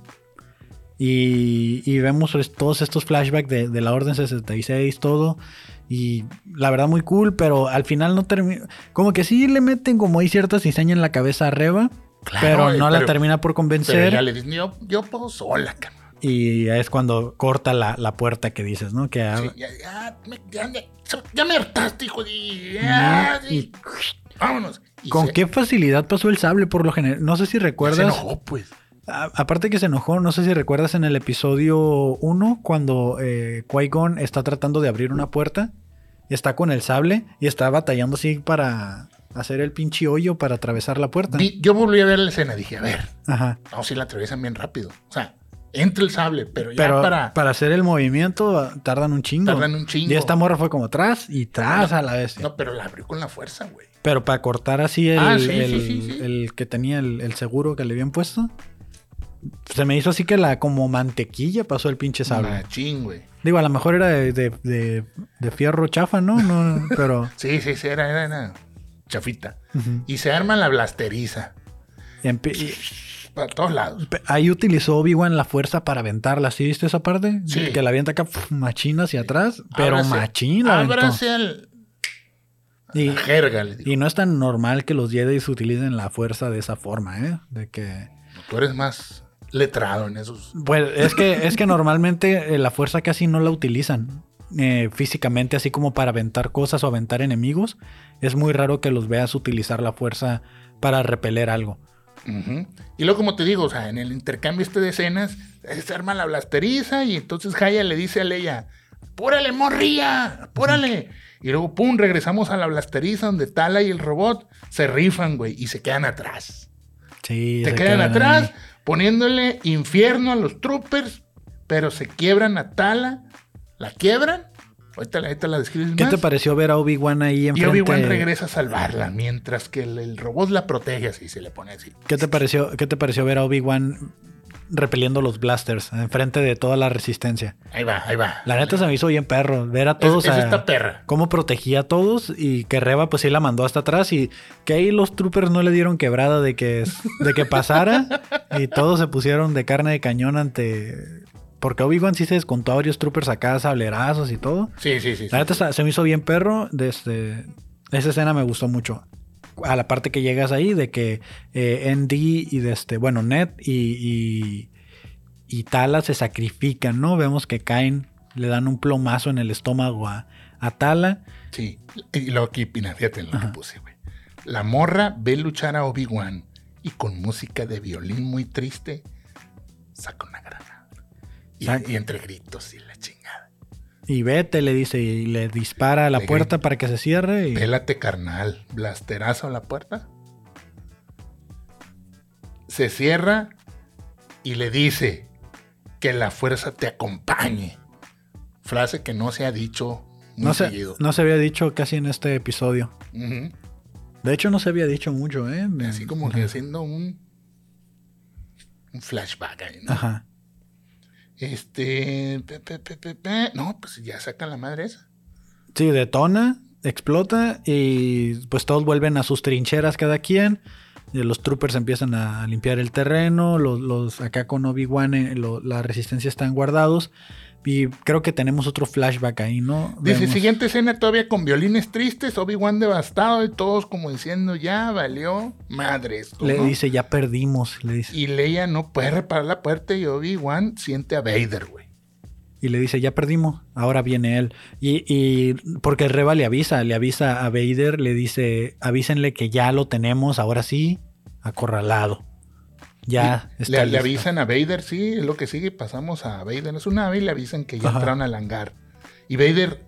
[SPEAKER 1] Y, y vemos pues, todos estos flashbacks de, de la Orden 66, todo. Y la verdad muy cool, pero al final no termina... Como que sí le meten como hay ciertas cizaña en la cabeza a Reba,
[SPEAKER 2] Claro,
[SPEAKER 1] pero
[SPEAKER 2] eh,
[SPEAKER 1] no la
[SPEAKER 2] pero-
[SPEAKER 1] termina por convencer.
[SPEAKER 2] Pero ya le dicen, yo, yo puedo sola, cabrón.
[SPEAKER 1] Y es cuando corta la, la puerta que dices, ¿no? Que ab-
[SPEAKER 2] Sí, ya, ya, me, ya, me- ya me hartaste, hijo de... ya,
[SPEAKER 1] Ajá,
[SPEAKER 2] sí.
[SPEAKER 1] y
[SPEAKER 2] Vámonos. Y
[SPEAKER 1] con
[SPEAKER 2] se-
[SPEAKER 1] qué facilidad pasó el sable por lo general. No sé si
[SPEAKER 2] Se
[SPEAKER 1] recuerdas.
[SPEAKER 2] enojó, pues.
[SPEAKER 1] a- aparte que se enojó, no sé si recuerdas en el episodio 1 cuando eh, Qui-Gon está tratando de abrir una puerta. Está con el sable y está batallando así para hacer el pinche hoyo para atravesar la puerta.
[SPEAKER 2] Vi- yo volví a ver la escena, dije, a ver,
[SPEAKER 1] Ajá.
[SPEAKER 2] no, si la atraviesan bien rápido. O sea, entra el sable, pero ya
[SPEAKER 1] Pero para,
[SPEAKER 2] para...
[SPEAKER 1] hacer el movimiento ah, tardan un chingo.
[SPEAKER 2] Tardan un chingo.
[SPEAKER 1] Y esta morra fue como tras y tras a la vez.
[SPEAKER 2] No, pero la abrió con la fuerza, güey.
[SPEAKER 1] Pero para cortar así el,
[SPEAKER 2] Ah, sí, sí,
[SPEAKER 1] el,
[SPEAKER 2] sí, sí.
[SPEAKER 1] el que tenía el, el seguro que le habían puesto. Se me hizo así que la como mantequilla pasó el pinche sable.
[SPEAKER 2] Machín, güey.
[SPEAKER 1] Digo, a lo mejor era de, de- de- de fierro chafa, ¿no? no pero
[SPEAKER 2] Sí, sí, sí, era, era, era chafita.
[SPEAKER 1] ujú.
[SPEAKER 2] Y se arma la blasteriza.
[SPEAKER 1] Empe- y-
[SPEAKER 2] Para todos lados.
[SPEAKER 1] pe- ahí utilizó Obi-Wan la fuerza para aventarla. ¿Sí viste esa parte?
[SPEAKER 2] Sí.
[SPEAKER 1] Que la avienta acá pf, machín hacia atrás. Pero
[SPEAKER 2] Ábrase.
[SPEAKER 1] machín la aventó.
[SPEAKER 2] Ábrase al...
[SPEAKER 1] Y-
[SPEAKER 2] La jerga, le digo.
[SPEAKER 1] Y no es tan normal que los Jedi utilicen la fuerza de esa forma, ¿eh? De que.
[SPEAKER 2] Tú eres más letrado en esos.
[SPEAKER 1] Pues es que, es que normalmente eh, la fuerza casi no la utilizan eh, físicamente, así como para aventar cosas o aventar enemigos. Es muy raro que los veas utilizar la fuerza para repeler algo.
[SPEAKER 2] Ujú. Y luego, como te digo, o sea, en el intercambio este de escenas, eh, se arma la blasteriza y entonces Jaya le dice a Leia, ¡Púrale, morría! ¡Apúrale! Y luego, pum, regresamos a la blasteriza donde Tala y el robot se rifan, güey, y se quedan atrás.
[SPEAKER 1] Sí,
[SPEAKER 2] Te
[SPEAKER 1] se
[SPEAKER 2] quedan, atrás,
[SPEAKER 1] ahí.
[SPEAKER 2] poniéndole infierno a los troopers, pero se quiebran a Tala, la quiebran. Ahorita, ahorita la describes
[SPEAKER 1] ¿Qué
[SPEAKER 2] más.
[SPEAKER 1] te pareció ver a Obi-Wan ahí
[SPEAKER 2] Y
[SPEAKER 1] enfrente?
[SPEAKER 2] Obi-Wan regresa a salvarla, mientras que el, el robot la protege así, se le pone así.
[SPEAKER 1] ¿Qué te pareció, qué te pareció ver a Obi-Wan repeliendo los blasters enfrente de toda la resistencia?
[SPEAKER 2] Ahí va, ahí va.
[SPEAKER 1] La neta se me hizo bien perro, ver a
[SPEAKER 2] Es-
[SPEAKER 1] todos
[SPEAKER 2] es
[SPEAKER 1] a-
[SPEAKER 2] esta perra.
[SPEAKER 1] cómo protegía a todos y que Reba pues sí la mandó hasta atrás y que ahí los troopers no le dieron quebrada de que, de que pasara y todos se pusieron de carne de cañón ante... Porque Obi-Wan sí se descontó a varios troopers acá, sablerazos y todo.
[SPEAKER 2] Sí, sí, sí.
[SPEAKER 1] La
[SPEAKER 2] sí.
[SPEAKER 1] neta está- se me hizo bien perro. Desde, esa escena me gustó mucho. A la parte que llegas ahí de que eh, Andy y de este, bueno, Ned y, y, y Tala se sacrifican, ¿no? Vemos que caen, le dan un plomazo en el estómago a, a Tala.
[SPEAKER 2] Sí. Y luego aquí, Pina, fíjate en lo
[SPEAKER 1] Ajá.
[SPEAKER 2] que puse, güey. La morra ve luchar a Obi-Wan y con música de violín muy triste saca una granada. Y,
[SPEAKER 1] Saca.
[SPEAKER 2] y entre gritos y la chingada.
[SPEAKER 1] Y vete, le dice, y le dispara a la
[SPEAKER 2] Le
[SPEAKER 1] puerta para que se cierre. Y,
[SPEAKER 2] Pélate, carnal. Blasterazo a la puerta. Se cierra y le dice que la fuerza te acompañe. Frase que no se ha dicho muy
[SPEAKER 1] no, se,
[SPEAKER 2] seguido.
[SPEAKER 1] no se había dicho casi en este episodio.
[SPEAKER 2] Ujú.
[SPEAKER 1] De hecho, no se había dicho mucho, ¿eh?
[SPEAKER 2] Así como que haciendo un, un flashback ahí, ¿no?
[SPEAKER 1] Ajá.
[SPEAKER 2] Este. pe, pe, pe, pe, pe. No, pues ya saca la madre esa.
[SPEAKER 1] Sí, detona, explota y pues todos vuelven a sus trincheras cada quien. Y los troopers empiezan a limpiar el terreno. Los, los- acá con Obi-Wan eh, lo- la resistencia están guardados. Y creo que tenemos otro flashback ahí, ¿no?
[SPEAKER 2] Dice:
[SPEAKER 1] Vemos-
[SPEAKER 2] siguiente escena todavía con violines tristes, Obi-Wan devastado y todos como diciendo: Ya valió madre esto.
[SPEAKER 1] Le
[SPEAKER 2] ¿no?
[SPEAKER 1] dice, ya perdimos, le dice.
[SPEAKER 2] Y Leia no puede reparar la puerta y Obi-Wan siente a Vader, güey.
[SPEAKER 1] Y le dice, ya perdimos, ahora viene él. Y, y porque Reba le avisa, le avisa a Vader, le dice, avísenle que ya lo tenemos, ahora sí, acorralado. Ya
[SPEAKER 2] Y
[SPEAKER 1] está
[SPEAKER 2] le, le
[SPEAKER 1] listo.
[SPEAKER 2] avisan a Vader, sí, es lo que sigue. Pasamos a Vader a su nave y le avisan que ya
[SPEAKER 1] Ajá.
[SPEAKER 2] entraron al hangar. Y Vader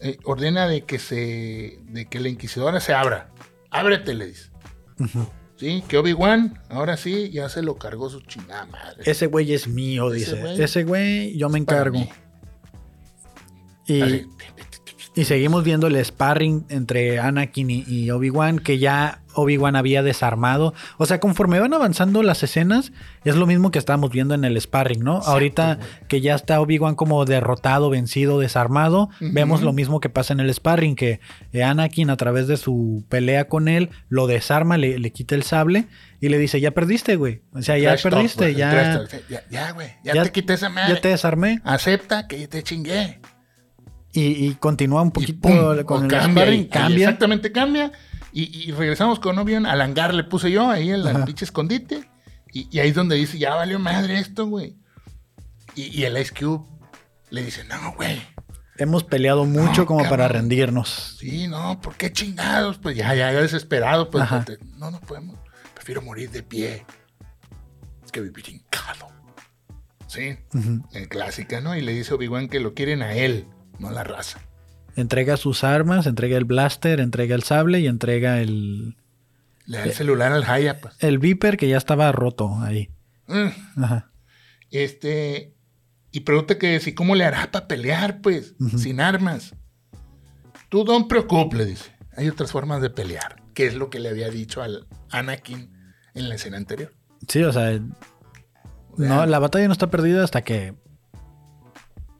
[SPEAKER 2] eh, ordena de que se. de que la inquisidora se abra. Ábrete, le dice.
[SPEAKER 1] Ujú.
[SPEAKER 2] Sí, que Obi-Wan, ahora sí, ya se lo cargó su chingada madre.
[SPEAKER 1] Ese güey es mío,
[SPEAKER 2] Ese güey-
[SPEAKER 1] dice. Ese güey, yo me
[SPEAKER 2] para
[SPEAKER 1] encargo.
[SPEAKER 2] mí.
[SPEAKER 1] Y,
[SPEAKER 2] Así.
[SPEAKER 1] y seguimos viendo el sparring entre Anakin y, y Obi-Wan, que ya Obi-Wan había desarmado. O sea, conforme van avanzando las escenas, es lo mismo que estábamos viendo en el sparring, ¿no?
[SPEAKER 2] Exacto,
[SPEAKER 1] Ahorita que ya está Obi-Wan como derrotado, vencido, desarmado,
[SPEAKER 2] Ujú.
[SPEAKER 1] vemos lo mismo que pasa en el sparring, que eh, Anakin a través de su pelea con él, lo desarma, le, le quita el sable y le dice, ya perdiste, güey. O sea, ya
[SPEAKER 2] Trash talk,
[SPEAKER 1] perdiste,
[SPEAKER 2] güey,
[SPEAKER 1] ya...
[SPEAKER 2] trash talk. Ya, ya, güey, ya,
[SPEAKER 1] Ya-
[SPEAKER 2] te quité esa madre.
[SPEAKER 1] Ya te desarmé.
[SPEAKER 2] Acepta que ya te chingué.
[SPEAKER 1] Y, y continúa un
[SPEAKER 2] y
[SPEAKER 1] poquito
[SPEAKER 2] pum,
[SPEAKER 1] con
[SPEAKER 2] o
[SPEAKER 1] el
[SPEAKER 2] cambia,
[SPEAKER 1] sparring,
[SPEAKER 2] y- y
[SPEAKER 1] cambia.
[SPEAKER 2] exactamente cambia. Y, y regresamos con Obi-Wan al hangar, le puse yo ahí en la pinche escondite. Y, y ahí es donde dice, ya valió madre esto, güey. Y, y el Ice Cube le dice, no, güey.
[SPEAKER 1] Hemos peleado mucho
[SPEAKER 2] No,
[SPEAKER 1] como para
[SPEAKER 2] cabrón.
[SPEAKER 1] rendirnos.
[SPEAKER 2] Sí, no, ¿por qué chingados? Pues ya, ya, ya desesperado. Pues
[SPEAKER 1] Ajá.
[SPEAKER 2] te- no, no podemos. Prefiero morir de pie. Es que vivir hincado. Sí,
[SPEAKER 1] Ujú.
[SPEAKER 2] en clásica, ¿no? Y le dice Obi-Wan que lo quieren a él, no a la raza.
[SPEAKER 1] Entrega sus armas, entrega el blaster, entrega el sable y entrega el,
[SPEAKER 2] Le da el celular al Haya, pues.
[SPEAKER 1] el viper que ya estaba roto ahí.
[SPEAKER 2] Mm.
[SPEAKER 1] Ajá.
[SPEAKER 2] Este. Y pregunta que si cómo le hará para pelear, pues,
[SPEAKER 1] Ujú.
[SPEAKER 2] sin armas. Tú no te preocupes, le dice. Hay otras formas de pelear, que es lo que le había dicho al Anakin en la escena anterior.
[SPEAKER 1] Sí, o sea, no, la batalla no está perdida hasta que,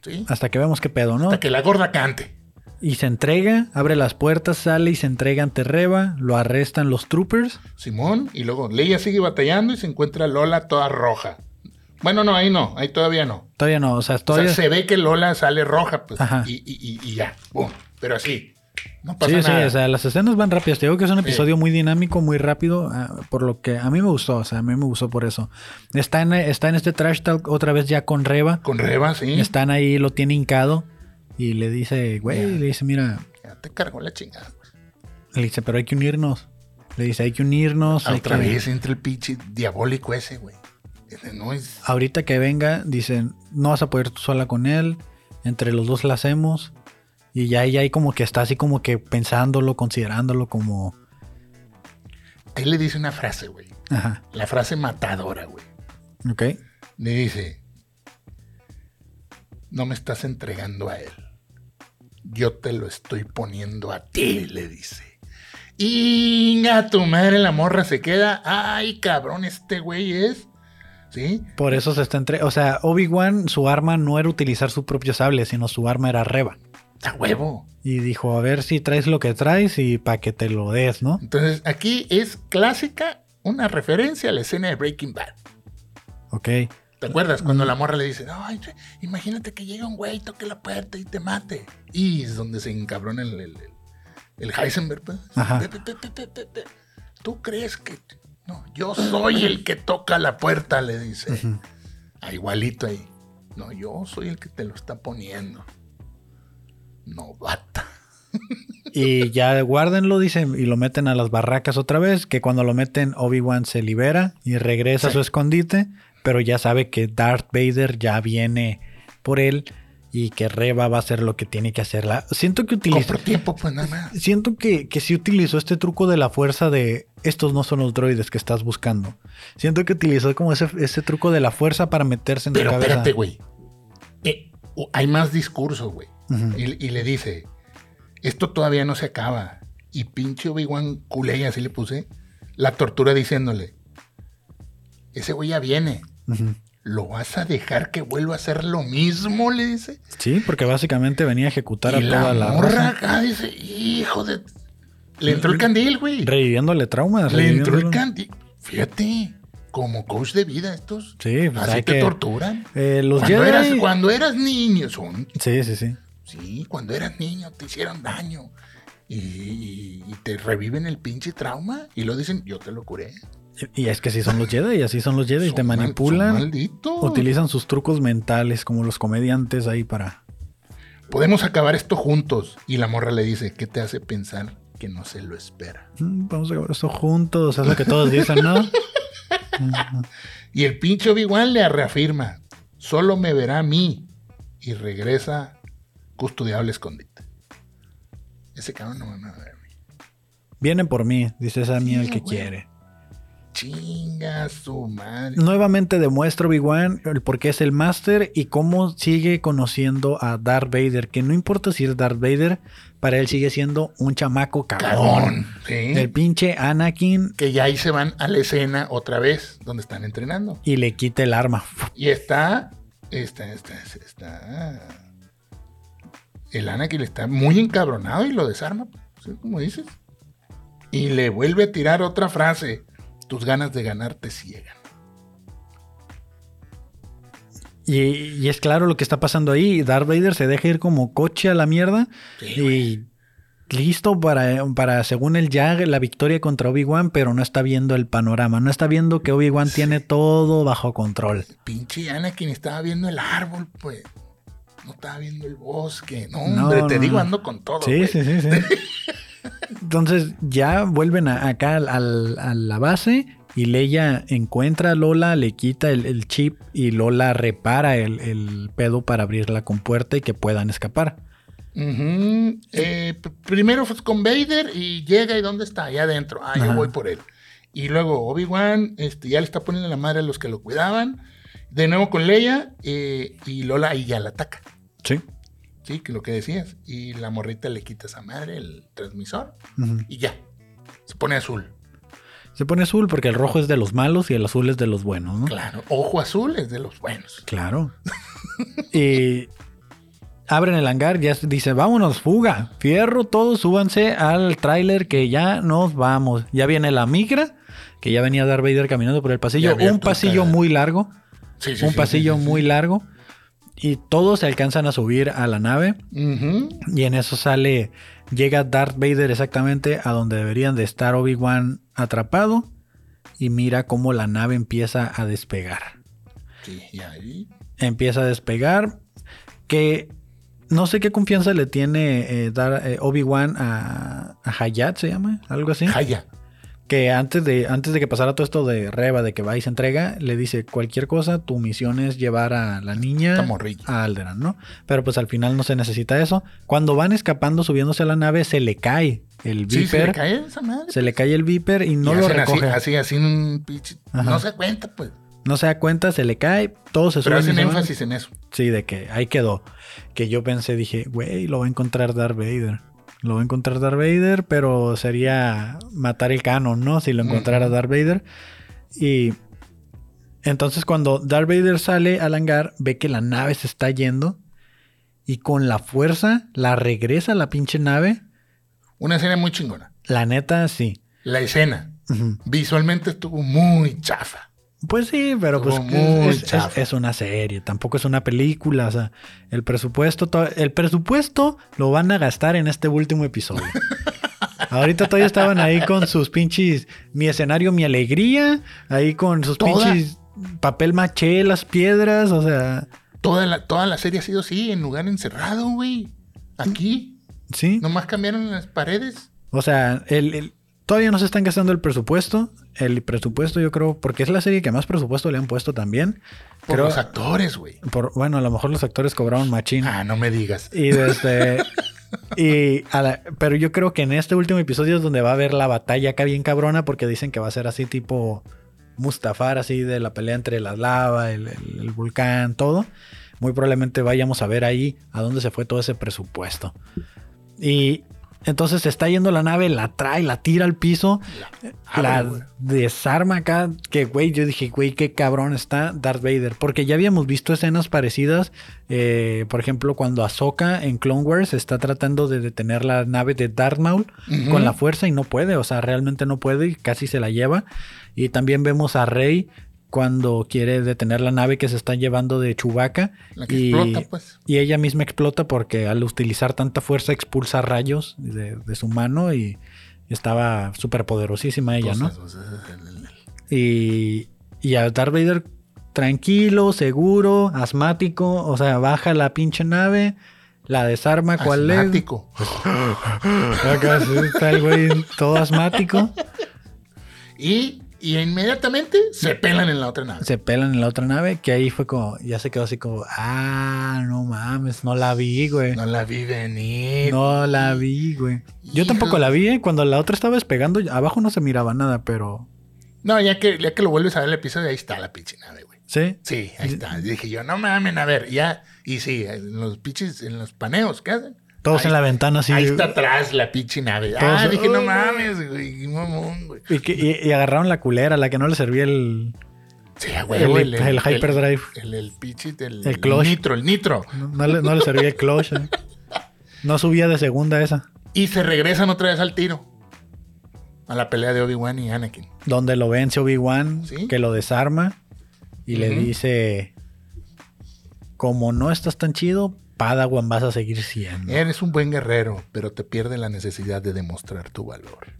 [SPEAKER 2] ¿Sí?
[SPEAKER 1] hasta que vemos qué pedo, ¿no?
[SPEAKER 2] Hasta que la gorda cante.
[SPEAKER 1] Y se entrega, abre las puertas, sale y se entrega ante Reba, lo arrestan los troopers.
[SPEAKER 2] Simón, y luego Leia sigue batallando y se encuentra Lola toda roja. Bueno, no, ahí no, ahí todavía no.
[SPEAKER 1] Todavía no, o sea,
[SPEAKER 2] O
[SPEAKER 1] todavía...
[SPEAKER 2] sea, se ve que Lola sale roja, pues,
[SPEAKER 1] Ajá.
[SPEAKER 2] y, y- y- y ya, boom. Pero así, No
[SPEAKER 1] Sí,
[SPEAKER 2] pasa nada.
[SPEAKER 1] sí, o sea, las escenas van rápidas. Te digo que es un
[SPEAKER 2] Sí.
[SPEAKER 1] episodio muy dinámico, muy rápido, ah, por lo que a mí me gustó, o sea, a mí me gustó por eso. Está en, está en este trash talk otra vez ya con Reba.
[SPEAKER 2] Con Reba, sí.
[SPEAKER 1] Están ahí, lo tiene hincado y le dice, güey,
[SPEAKER 2] Ya.
[SPEAKER 1] le dice, mira,
[SPEAKER 2] Ya te cargó la chingada.
[SPEAKER 1] le dice, pero hay que unirnos. Le dice, hay que unirnos. hay
[SPEAKER 2] Otra
[SPEAKER 1] que-
[SPEAKER 2] vez entra el pinche diabólico ese, güey. Ese No es.
[SPEAKER 1] Ahorita que venga, dicen, no vas a poder tú sola con él. Entre los dos la hacemos. Y ya ella ahí como que está así como que pensándolo, considerándolo como...
[SPEAKER 2] Ahí le dice una frase, güey.
[SPEAKER 1] Ajá,
[SPEAKER 2] La frase matadora, güey.
[SPEAKER 1] ok.
[SPEAKER 2] Le dice: No me estás entregando a él. Yo te lo estoy poniendo a ti, le dice. Inga, tu madre, la morra se queda. Ay, cabrón, este güey es. ¿Sí?
[SPEAKER 1] Por eso se está entre... O sea, Obi-Wan, su arma no era utilizar su propio sable, sino su arma era Reba.
[SPEAKER 2] A huevo.
[SPEAKER 1] Y dijo, a ver si traes lo que traes y para que te lo des, ¿no?
[SPEAKER 2] Entonces, aquí es clásica una referencia a la escena de Breaking Bad.
[SPEAKER 1] Ok.
[SPEAKER 2] ¿Te acuerdas? Cuando la morra le dice, ay, re- imagínate que llega un güey, toque la puerta y te mate. Y es donde se encabrona el, el, el- el Heisenberg. pues.
[SPEAKER 1] Ajá.
[SPEAKER 2] Pe, pe, pe, pe, pe, pe. ¿Tú crees que...? t- No, yo soy el que toca la puerta, le dice.
[SPEAKER 1] Ujú.
[SPEAKER 2] Ah, igualito ahí. No, yo soy el que te lo está poniendo. Novata.
[SPEAKER 1] Y ya guárdenlo, dicen, y lo meten a las barracas otra vez, que cuando lo meten Obi-Wan se libera y regresa a
[SPEAKER 2] Sí.
[SPEAKER 1] su escondite, pero ya sabe que Darth Vader ya viene por él y que Reba va a hacer lo que tiene que hacer. La- siento que utilizó...
[SPEAKER 2] Compro tiempo, pues nada más.
[SPEAKER 1] Siento que, que sí utilizó este truco de la fuerza de estos no son los droides que estás buscando. Siento que utilizó como ese, ese truco de la fuerza para meterse en tu
[SPEAKER 2] Pero
[SPEAKER 1] cabeza.
[SPEAKER 2] espérate, güey. Eh, oh, hay más discurso, güey.
[SPEAKER 1] Ujú.
[SPEAKER 2] Y, y le dice, esto todavía no se acaba. Y pinche Obi-Wan culé, y así le puse, la tortura diciéndole, ese güey ya viene,
[SPEAKER 1] Ujú.
[SPEAKER 2] ¿lo vas a dejar que vuelva a hacer lo mismo? Le dice.
[SPEAKER 1] Sí, porque básicamente venía a ejecutar a
[SPEAKER 2] Y la
[SPEAKER 1] toda la
[SPEAKER 2] morra
[SPEAKER 1] raza,
[SPEAKER 2] acá dice, hijo de... Le entró el candil, güey.
[SPEAKER 1] reviviéndole traumas.
[SPEAKER 2] Le entró el
[SPEAKER 1] reviviéndolo.
[SPEAKER 2] candil. Fíjate, como coach de vida estos.
[SPEAKER 1] Sí, pues
[SPEAKER 2] así
[SPEAKER 1] hay
[SPEAKER 2] te
[SPEAKER 1] que-
[SPEAKER 2] torturan.
[SPEAKER 1] Eh, los
[SPEAKER 2] cuando,
[SPEAKER 1] Jedi-
[SPEAKER 2] eras, cuando eras niño, son
[SPEAKER 1] Sí, sí, sí.
[SPEAKER 2] Sí, cuando eras niño te hicieron daño. Y, y- y te reviven el pinche trauma y lo dicen, yo te lo curé.
[SPEAKER 1] Y es que así son los Jedi, y así son los Jedi,
[SPEAKER 2] Son
[SPEAKER 1] te
[SPEAKER 2] mal- son
[SPEAKER 1] manipulan,
[SPEAKER 2] malditos.
[SPEAKER 1] utilizan sus trucos mentales como los comediantes ahí para...
[SPEAKER 2] Podemos acabar esto juntos. Y la morra le dice, ¿qué te hace pensar que no se lo espera?
[SPEAKER 1] "Mm, Vamos a acabar esto juntos, es lo que todos dicen, ¿no?
[SPEAKER 2] Y el pinche Obi-Wan le reafirma, solo me verá a mí. Y regresa custodiable escondite. Ese cabrón no me va a ver a mí.
[SPEAKER 1] Vienen por mí, dice Sammy
[SPEAKER 2] Sí,
[SPEAKER 1] el que
[SPEAKER 2] güey.
[SPEAKER 1] quiere.
[SPEAKER 2] Chinga su madre.
[SPEAKER 1] Nuevamente demuestra Obi-Wan el por qué es el máster y cómo sigue conociendo a Darth Vader, que no importa si es Darth Vader, para él sigue siendo un chamaco cabrón.
[SPEAKER 2] Cagón. Sí.
[SPEAKER 1] El pinche Anakin
[SPEAKER 2] que ya ahí se van a la escena otra vez donde están entrenando.
[SPEAKER 1] y le quita el arma.
[SPEAKER 2] Y está, está, está, está. El Anakin está muy encabronado y lo desarma, pues, ¿sí? como dices. Y le vuelve a tirar otra frase. Tus ganas de ganar te ciegan.
[SPEAKER 1] Y, y es claro lo que está pasando ahí. Darth Vader se deja ir como coche a la mierda
[SPEAKER 2] Sí,
[SPEAKER 1] y listo para, para según él, ya la victoria contra Obi-Wan, pero no está viendo el panorama. No está viendo que Obi-Wan tiene todo bajo control.
[SPEAKER 2] Pinche Anakin estaba viendo el árbol, pues. No estaba viendo el bosque. No,
[SPEAKER 1] No,
[SPEAKER 2] hombre, te
[SPEAKER 1] no,
[SPEAKER 2] digo,
[SPEAKER 1] no.
[SPEAKER 2] ando con todo.
[SPEAKER 1] Sí,
[SPEAKER 2] güey.
[SPEAKER 1] sí, sí, sí. Entonces ya vuelven a- acá al- al- a la base y Leia encuentra a Lola, le quita el, el chip y Lola repara el, el pedo para abrir la compuerta y que puedan escapar.
[SPEAKER 2] Ujú. Eh, p- primero fue con Vader y llega y ¿dónde está? Allá adentro. Ah, yo
[SPEAKER 1] Ajá.
[SPEAKER 2] voy por él. Y luego Obi-Wan este, ya le está poniendo la madre a los que lo cuidaban. De nuevo con Leia eh, y Lola ahí ya la ataca.
[SPEAKER 1] Sí.
[SPEAKER 2] Sí, que lo que decías. Y la morrita le quita esa madre, el transmisor, y ya. Se pone azul.
[SPEAKER 1] Se pone azul porque el rojo es de los malos y el azul es de los buenos, ¿no?
[SPEAKER 2] Claro. Ojo azul es de los buenos.
[SPEAKER 1] Claro. y abren el hangar, ya se- dice, vámonos, fuga, fierro, todos súbanse al tráiler que ya nos vamos. Ya viene la migra, que ya venía Darth Vader caminando por el
[SPEAKER 2] Ya
[SPEAKER 1] pasillo,
[SPEAKER 2] había
[SPEAKER 1] un
[SPEAKER 2] tocado.
[SPEAKER 1] pasillo muy largo,
[SPEAKER 2] Sí,
[SPEAKER 1] un pasillo muy largo. Y todos se alcanzan a subir a la nave.
[SPEAKER 2] muy.
[SPEAKER 1] Y en eso sale Llega Darth Vader exactamente a donde deberían de estar Obi-Wan atrapado y mira cómo la nave empieza a despegar.
[SPEAKER 2] Sí, y ahí.
[SPEAKER 1] Empieza a despegar que no sé qué confianza le tiene eh, Dar- eh, Obi-Wan a, a Hayat, se llama, algo así.
[SPEAKER 2] Jaya.
[SPEAKER 1] que antes de, antes de que pasara todo esto de Reba, de que va y se entrega, le dice cualquier cosa, tu misión es llevar a la niña
[SPEAKER 2] Esta morrilla.
[SPEAKER 1] a Alderan, ¿no? Pero pues al final no se necesita eso. Cuando van escapando, subiéndose a la nave, se le cae el
[SPEAKER 2] Sí, se le
[SPEAKER 1] Viper.
[SPEAKER 2] cae esa madre.
[SPEAKER 1] se le cae el Viper y no
[SPEAKER 2] Y
[SPEAKER 1] lo
[SPEAKER 2] hacen
[SPEAKER 1] recoge.
[SPEAKER 2] Así, así, así un pinche.
[SPEAKER 1] Ajá.
[SPEAKER 2] No se cuenta, pues.
[SPEAKER 1] No se da cuenta, se le cae, todo se
[SPEAKER 2] Pero
[SPEAKER 1] sube.
[SPEAKER 2] hacen énfasis en eso.
[SPEAKER 1] Sí, de que ahí quedó. Que yo pensé, dije, güey, lo va a encontrar Darth Vader. Lo va a encontrar Darth Vader, pero sería matar el canon, ¿no? Si lo encontrara
[SPEAKER 2] Ujú.
[SPEAKER 1] Darth Vader. Y entonces cuando Darth Vader sale al hangar, ve que la nave se está yendo. Y con la fuerza la regresa a la pinche nave.
[SPEAKER 2] Una escena muy chingona.
[SPEAKER 1] La neta, sí.
[SPEAKER 2] La escena
[SPEAKER 1] Ujú.
[SPEAKER 2] visualmente estuvo muy chafa.
[SPEAKER 1] Pues sí, pero pues
[SPEAKER 2] Estuvo muy
[SPEAKER 1] es, es-
[SPEAKER 2] chafa.
[SPEAKER 1] es una serie, tampoco es una película, o sea, el presupuesto, to- el presupuesto lo van a gastar en este último episodio. Ahorita todavía estaban ahí con sus pinches, mi escenario, mi alegría, ahí con sus
[SPEAKER 2] Toda.
[SPEAKER 1] pinches papel maché, las piedras, o sea,
[SPEAKER 2] Toda la, toda la serie ha sido así, en lugar encerrado, güey. Aquí.
[SPEAKER 1] sí.
[SPEAKER 2] Nomás cambiaron las paredes.
[SPEAKER 1] O sea, el, el- todavía no se están gastando el presupuesto, el presupuesto yo creo, porque es la serie que más presupuesto le han puesto también.
[SPEAKER 2] Por
[SPEAKER 1] Creo-
[SPEAKER 2] los actores, güey.
[SPEAKER 1] por- bueno, a lo mejor los actores cobraron machín.
[SPEAKER 2] Ah, no me digas.
[SPEAKER 1] Y desde. y a la- pero yo creo que en este último episodio es donde va a haber la batalla acá bien cabrona, porque dicen que va a ser así tipo Mustafar, así de la pelea entre las lava, el, el- el volcán, todo. Muy probablemente vayamos a ver ahí a dónde se fue todo ese presupuesto. Y entonces se está yendo la nave, la trae, la tira al piso,
[SPEAKER 2] Abre, güey.
[SPEAKER 1] la desarma acá. Que güey, yo dije, güey, qué cabrón está Darth Vader. Porque ya habíamos visto escenas parecidas. eh, por ejemplo, cuando Ahsoka en Clone Wars está tratando de detener la nave de Darth Maul
[SPEAKER 2] Ujú.
[SPEAKER 1] con la fuerza y no puede. O sea, realmente no puede y casi se la lleva. Y también vemos a Rey cuando quiere detener la nave que se está llevando de Chewbacca.
[SPEAKER 2] La que
[SPEAKER 1] y-
[SPEAKER 2] explota, pues.
[SPEAKER 1] y ella misma explota porque al utilizar tanta fuerza expulsa rayos de, de su mano y estaba súper poderosísima ella, ¿no?
[SPEAKER 2] Pues, pues, eh,
[SPEAKER 1] Y, y a Darth Vader tranquilo, seguro, asmático, o sea, baja la pinche nave, la desarma, ¿cuál es?
[SPEAKER 2] Asmático.
[SPEAKER 1] Acá sí está el güey todo asmático,
[SPEAKER 2] Y, y inmediatamente se pelan en la otra nave.
[SPEAKER 1] se pelan en la otra nave, que ahí fue como, ya se quedó así como, ah, no mames, no la vi, güey.
[SPEAKER 2] No la vi venir.
[SPEAKER 1] No la vi, güey. Yo tampoco la vi, ¿eh? Cuando la otra estaba despegando, abajo no se miraba nada, pero.
[SPEAKER 2] No, ya que, ya que lo vuelves a ver el episodio, ahí está la pinche nave, güey.
[SPEAKER 1] ¿Sí?
[SPEAKER 2] Sí, ahí está. Dije yo, no mamen, a ver, ya. Y sí, en los pinches, en los paneos, ¿qué hacen?
[SPEAKER 1] Todos
[SPEAKER 2] Ahí-
[SPEAKER 1] en la ventana así.
[SPEAKER 2] Ahí está atrás la pinche nave. Ah,
[SPEAKER 1] Todos-
[SPEAKER 2] dije, no
[SPEAKER 1] Uy,
[SPEAKER 2] mames, güey. qué Mamón, güey.
[SPEAKER 1] Y, que- y- y agarraron la culera, la que no le servía el.
[SPEAKER 2] Sí, a huevo,
[SPEAKER 1] El- el hyperdrive.
[SPEAKER 2] El, el pinche del
[SPEAKER 1] El clutch.
[SPEAKER 2] nitro, el nitro.
[SPEAKER 1] No, no le, no le servía el cloche. No subía de segunda esa.
[SPEAKER 2] Y se regresan otra vez al tiro. A la pelea de Obi-Wan y Anakin.
[SPEAKER 1] Donde lo vence Obi-Wan,
[SPEAKER 2] Sí.
[SPEAKER 1] que lo desarma y le
[SPEAKER 2] Ujú.
[SPEAKER 1] dice: Como no estás tan chido, Padawan vas a seguir siendo.
[SPEAKER 2] Eres un buen guerrero, pero te pierde la necesidad de demostrar tu valor.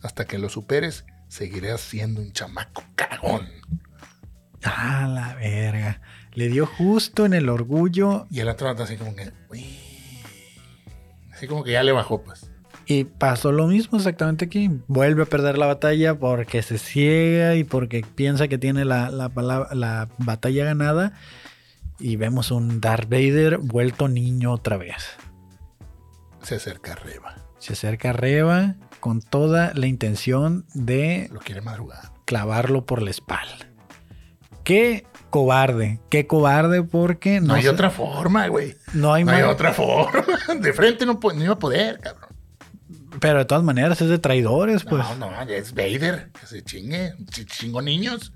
[SPEAKER 2] Hasta que lo superes, seguirás siendo un chamaco cagón.
[SPEAKER 1] Ah, la verga. Le dio justo en el orgullo
[SPEAKER 2] Y el otro vato así como que, "Uy". Así como que ya le bajó, pues.
[SPEAKER 1] Y pasó lo mismo exactamente aquí. Vuelve a perder la batalla porque se ciega y porque piensa que tiene la, la palabra- la batalla ganada. Y vemos un Darth Vader vuelto niño otra vez.
[SPEAKER 2] Se acerca arriba.
[SPEAKER 1] Se acerca a Reba con toda la intención de
[SPEAKER 2] Lo quiere madrugar.
[SPEAKER 1] clavarlo por la espalda. Qué cobarde, qué cobarde porque
[SPEAKER 2] No,
[SPEAKER 1] no,
[SPEAKER 2] hay
[SPEAKER 1] se-
[SPEAKER 2] otra forma, güey.
[SPEAKER 1] no hay
[SPEAKER 2] No hay
[SPEAKER 1] ma-
[SPEAKER 2] otra forma. De frente no, po- no iba a poder, cabrón.
[SPEAKER 1] Pero de todas maneras es de traidores, pues.
[SPEAKER 2] No, no, es Vader. Que se chingue. Ch- Chingo niños.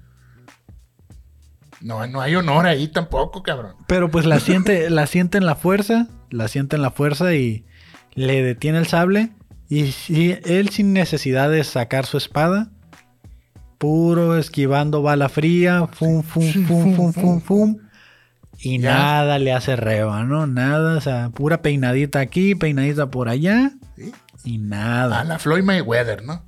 [SPEAKER 2] No, no hay honor ahí tampoco, cabrón.
[SPEAKER 1] Pero pues la siente, la siente en la fuerza, la siente en la fuerza y le detiene el sable. Y si- él sin necesidad de sacar su espada, puro esquivando bala fría, fum, fum, fum, fum, fum, fum. Y
[SPEAKER 2] Ya.
[SPEAKER 1] nada le hace reba, ¿no? Nada, o sea, pura peinadita aquí, peinadita por allá
[SPEAKER 2] ¿sí?
[SPEAKER 1] y
[SPEAKER 2] A
[SPEAKER 1] nada.
[SPEAKER 2] la Floyd Mayweather, ¿no?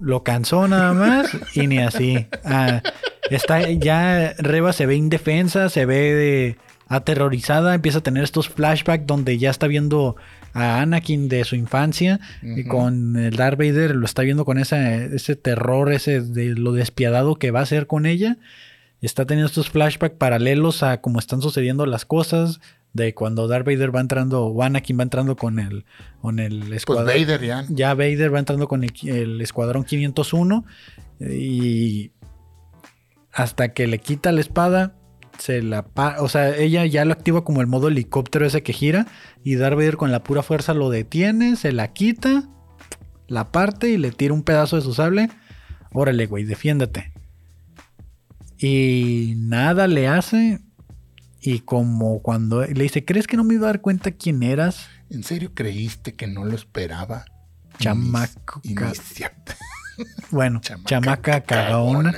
[SPEAKER 1] Lo cansó nada más y ni así. Ah, está ya Reba se ve indefensa, se ve de- aterrorizada, empieza a tener estos flashbacks donde ya está viendo a Anakin de su infancia y
[SPEAKER 2] Ujú.
[SPEAKER 1] con el Darth Vader lo está viendo con esa, ese terror, ese de lo despiadado que va a ser con ella. Está teniendo estos flashbacks paralelos a cómo están sucediendo las cosas de cuando Darth Vader va entrando o Anakin va entrando con el con el
[SPEAKER 2] Pues
[SPEAKER 1] escuadrón
[SPEAKER 2] Vader ya.
[SPEAKER 1] ya Vader va entrando con el, el escuadrón 501 y hasta que le quita la espada se la pa- o sea ella ya lo activa como el modo helicóptero ese que gira y Darth Vader con la pura fuerza lo detiene se la quita la parte y le tira un pedazo de su sable órale güey defiéndete y nada le hace y como cuando le dice crees que no me iba a dar cuenta quién eras
[SPEAKER 2] ¿En serio creíste que no lo esperaba?
[SPEAKER 1] Chamaco
[SPEAKER 2] Y
[SPEAKER 1] ca-
[SPEAKER 2] ni siquiera-
[SPEAKER 1] Bueno,
[SPEAKER 2] Chamaca
[SPEAKER 1] chamaca, cagona.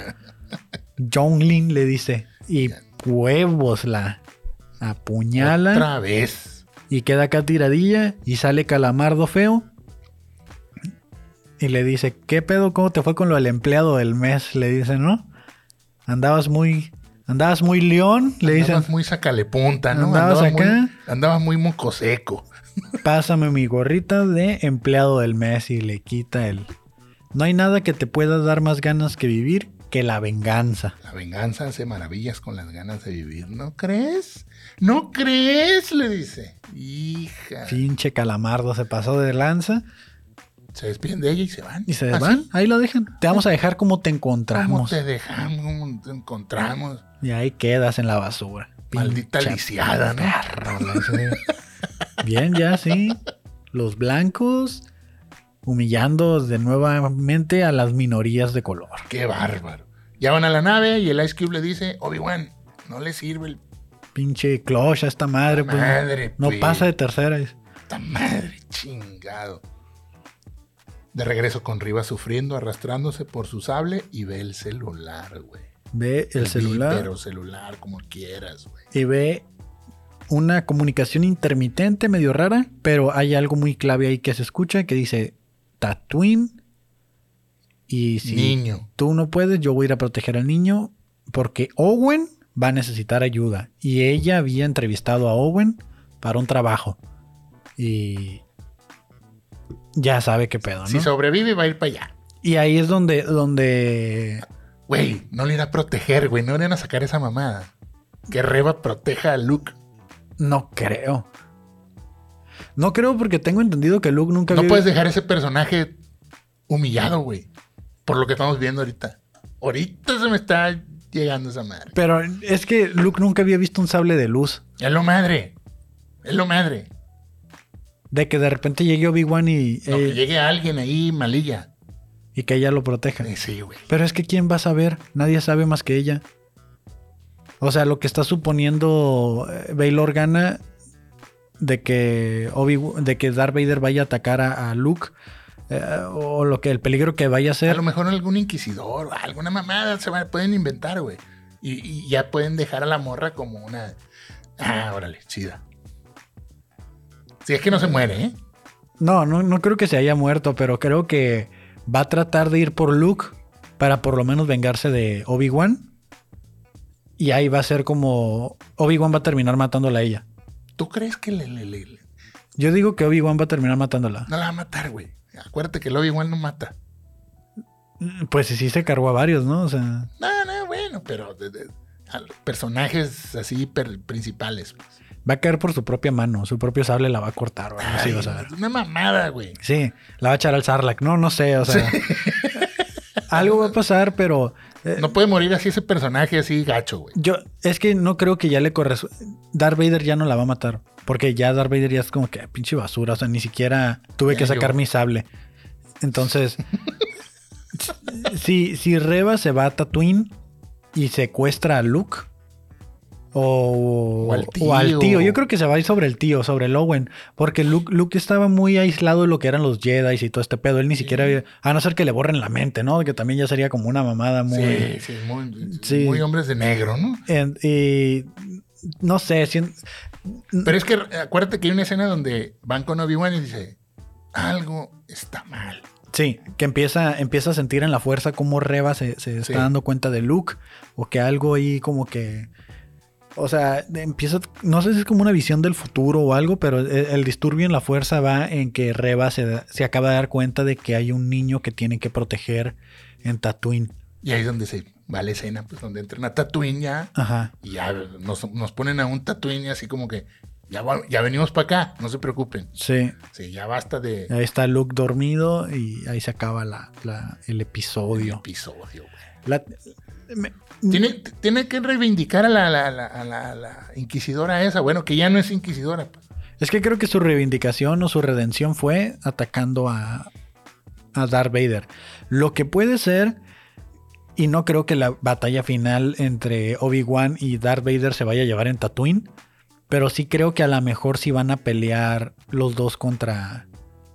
[SPEAKER 1] Jonglin le dice. Y huevos la apuñala.
[SPEAKER 2] Otra vez.
[SPEAKER 1] Y queda acá tiradilla. Y sale calamardo feo. Y le dice, ¿qué pedo? ¿Cómo te fue con lo del empleado del mes? Le dice, ¿no? Andabas muy. Andabas muy león. Le dicen,
[SPEAKER 2] Andabas muy sacalepunta, ¿no?
[SPEAKER 1] Andabas acá.
[SPEAKER 2] Muy, andabas muy mocoseco.
[SPEAKER 1] pásame mi gorrita de empleado del mes. Y le quita el. No hay nada que te pueda dar más ganas que vivir que la venganza.
[SPEAKER 2] La venganza hace maravillas con las ganas de vivir, ¿no crees? ¿No crees? Le dice. Hija.
[SPEAKER 1] Pinche calamardo se pasó de lanza
[SPEAKER 2] Se despiden de ella y se van.
[SPEAKER 1] y se
[SPEAKER 2] Así,
[SPEAKER 1] van. Ahí lo dejan. Te vamos a dejar como te
[SPEAKER 2] ¿Cómo
[SPEAKER 1] encontramos.
[SPEAKER 2] te dejamos? ¿Cómo te encontramos?
[SPEAKER 1] Y ahí quedas en la basura.
[SPEAKER 2] Maldita
[SPEAKER 1] Pinche
[SPEAKER 2] lisiada, ¿no?
[SPEAKER 1] perro, la ese- Bien, ya sí. Los blancos humillando de nuevamente a las minorías de color.
[SPEAKER 2] Qué bárbaro. Ya van a la nave y el Ice Cube le dice, Obi-Wan, no le sirve el
[SPEAKER 1] Pinche cloche a esta madre. pues.
[SPEAKER 2] Madre,
[SPEAKER 1] no
[SPEAKER 2] pues.
[SPEAKER 1] pasa de tercera.
[SPEAKER 2] puta madre, chingado. De regreso con Rivas sufriendo, arrastrándose por su sable y ve el celular, güey.
[SPEAKER 1] Ve el celular
[SPEAKER 2] Pero celular, como quieras, güey.
[SPEAKER 1] y ve una comunicación intermitente medio rara, pero hay algo muy clave ahí que se escucha que dice Tatooine y si
[SPEAKER 2] Niño.
[SPEAKER 1] tú no puedes, yo voy a ir a proteger al niño porque Owen va a necesitar ayuda y ella había entrevistado a Owen para un trabajo y ya sabe qué pedo, Ah, ¿no?
[SPEAKER 2] Si sobrevive, va a ir para allá.
[SPEAKER 1] y ahí es donde donde
[SPEAKER 2] Güey, no le irá a proteger, güey. No le van a sacar esa mamada. Que Reba proteja a Luke.
[SPEAKER 1] no creo. No creo porque tengo entendido que Luke nunca
[SPEAKER 2] No
[SPEAKER 1] había-
[SPEAKER 2] puedes dejar ese personaje humillado, güey. Por lo que estamos viendo ahorita. Ahorita se me está llegando esa madre.
[SPEAKER 1] Pero es que Luke nunca había visto un sable de luz.
[SPEAKER 2] Es lo madre. Es lo madre.
[SPEAKER 1] De que de repente llegue Obi-Wan y,
[SPEAKER 2] No,
[SPEAKER 1] eh,
[SPEAKER 2] que llegue alguien ahí, malilla.
[SPEAKER 1] y que ella lo proteja.
[SPEAKER 2] Eh, Sí, güey.
[SPEAKER 1] Pero es que ¿quién va a saber? Nadie sabe más que ella. O sea, lo que está suponiendo eh, Bail Organa de que, Obi de que Darth Vader vaya a atacar a, a Luke eh, o lo que el peligro que vaya a
[SPEAKER 2] A
[SPEAKER 1] ser.
[SPEAKER 2] lo mejor algún inquisidor o alguna mamada se van- pueden inventar, güey. Y, y ya pueden dejar a la morra como una. Ah, órale, chida. Si es que no se muere, ¿eh?
[SPEAKER 1] No, no, no creo que se haya muerto, pero creo que va a tratar de ir por Luke para por lo menos vengarse de Obi-Wan. Y ahí va a ser como Obi-Wan va a terminar matándola a ella.
[SPEAKER 2] ¿Tú crees que le, le- le- le-
[SPEAKER 1] Yo digo que Obi-Wan va a terminar matándola.
[SPEAKER 2] no la va a matar, güey? Acuérdate que el Obi igual no mata.
[SPEAKER 1] Pues sí se cargó a varios, ¿no? O sea,
[SPEAKER 2] No, no, bueno, pero de- de- a los personajes así per- principales. pues.
[SPEAKER 1] va a caer por su propia mano, su propio sable la va a cortar, o algo así,
[SPEAKER 2] Ay,
[SPEAKER 1] vas a ver.
[SPEAKER 2] Una mamada, güey.
[SPEAKER 1] Sí, la va a echar al Sarlacc, no, no sé, o sea. algo va a pasar, pero eh,
[SPEAKER 2] No puede morir así ese personaje así gacho, güey.
[SPEAKER 1] yo es que no creo que ya le corre. Darth Vader ya no la va a matar, porque ya Darth Vader ya es como que pinche basura, o sea, ni siquiera tuve
[SPEAKER 2] Ya
[SPEAKER 1] que sacar
[SPEAKER 2] yo.
[SPEAKER 1] mi sable. Entonces, si, si Reba se va a Tatooine y secuestra a Luke. O,
[SPEAKER 2] O al
[SPEAKER 1] o al
[SPEAKER 2] tío.
[SPEAKER 1] tío. Yo creo que se va a ir sobre el tío, sobre el Owen. Porque Luke, Luke estaba muy aislado de lo que eran los Jedi y todo este pedo. Él ni siquiera había- A no ser que le borren la mente, ¿no? Que también ya sería como una mamada muy.
[SPEAKER 2] sí, sí, muy,
[SPEAKER 1] Sí.
[SPEAKER 2] muy hombres de negro, ¿no?
[SPEAKER 1] En- y no sé, si- Mm.
[SPEAKER 2] Pero es que acuérdate que hay una escena donde van con Obi-Wan y dice, algo está mal.
[SPEAKER 1] sí, que empieza, empieza a sentir en la fuerza cómo Reba se, se está
[SPEAKER 2] Sí.
[SPEAKER 1] dando cuenta de Luke o que algo ahí como que... O sea, empieza, no sé si es como una visión del futuro o algo, pero el, el disturbio en la fuerza va en que Reba se, da- se acaba de dar cuenta de que hay un niño que tiene que proteger en Tatooine.
[SPEAKER 2] Y ahí es donde se va la escena, pues donde entran a Tatooine ya.
[SPEAKER 1] Ajá.
[SPEAKER 2] Y ya nos, nos ponen a un Tatooine así como que, ya, va- ya venimos para acá, no se preocupen.
[SPEAKER 1] Sí,
[SPEAKER 2] Sí, ya basta de
[SPEAKER 1] ahí está Luke dormido y ahí se acaba la- la- el episodio.
[SPEAKER 2] episodio. güey.
[SPEAKER 1] La- me-
[SPEAKER 2] Tiene, tiene que reivindicar a la, la- la- a la- la inquisidora esa, bueno, que ya no es inquisidora. pues.
[SPEAKER 1] es que creo que su reivindicación o su redención fue atacando a, a Darth Vader. Lo que puede ser, y no creo que la batalla final entre Obi-Wan y Darth Vader se vaya a llevar en Tatooine, pero sí creo que a lo mejor sí van a pelear los dos contra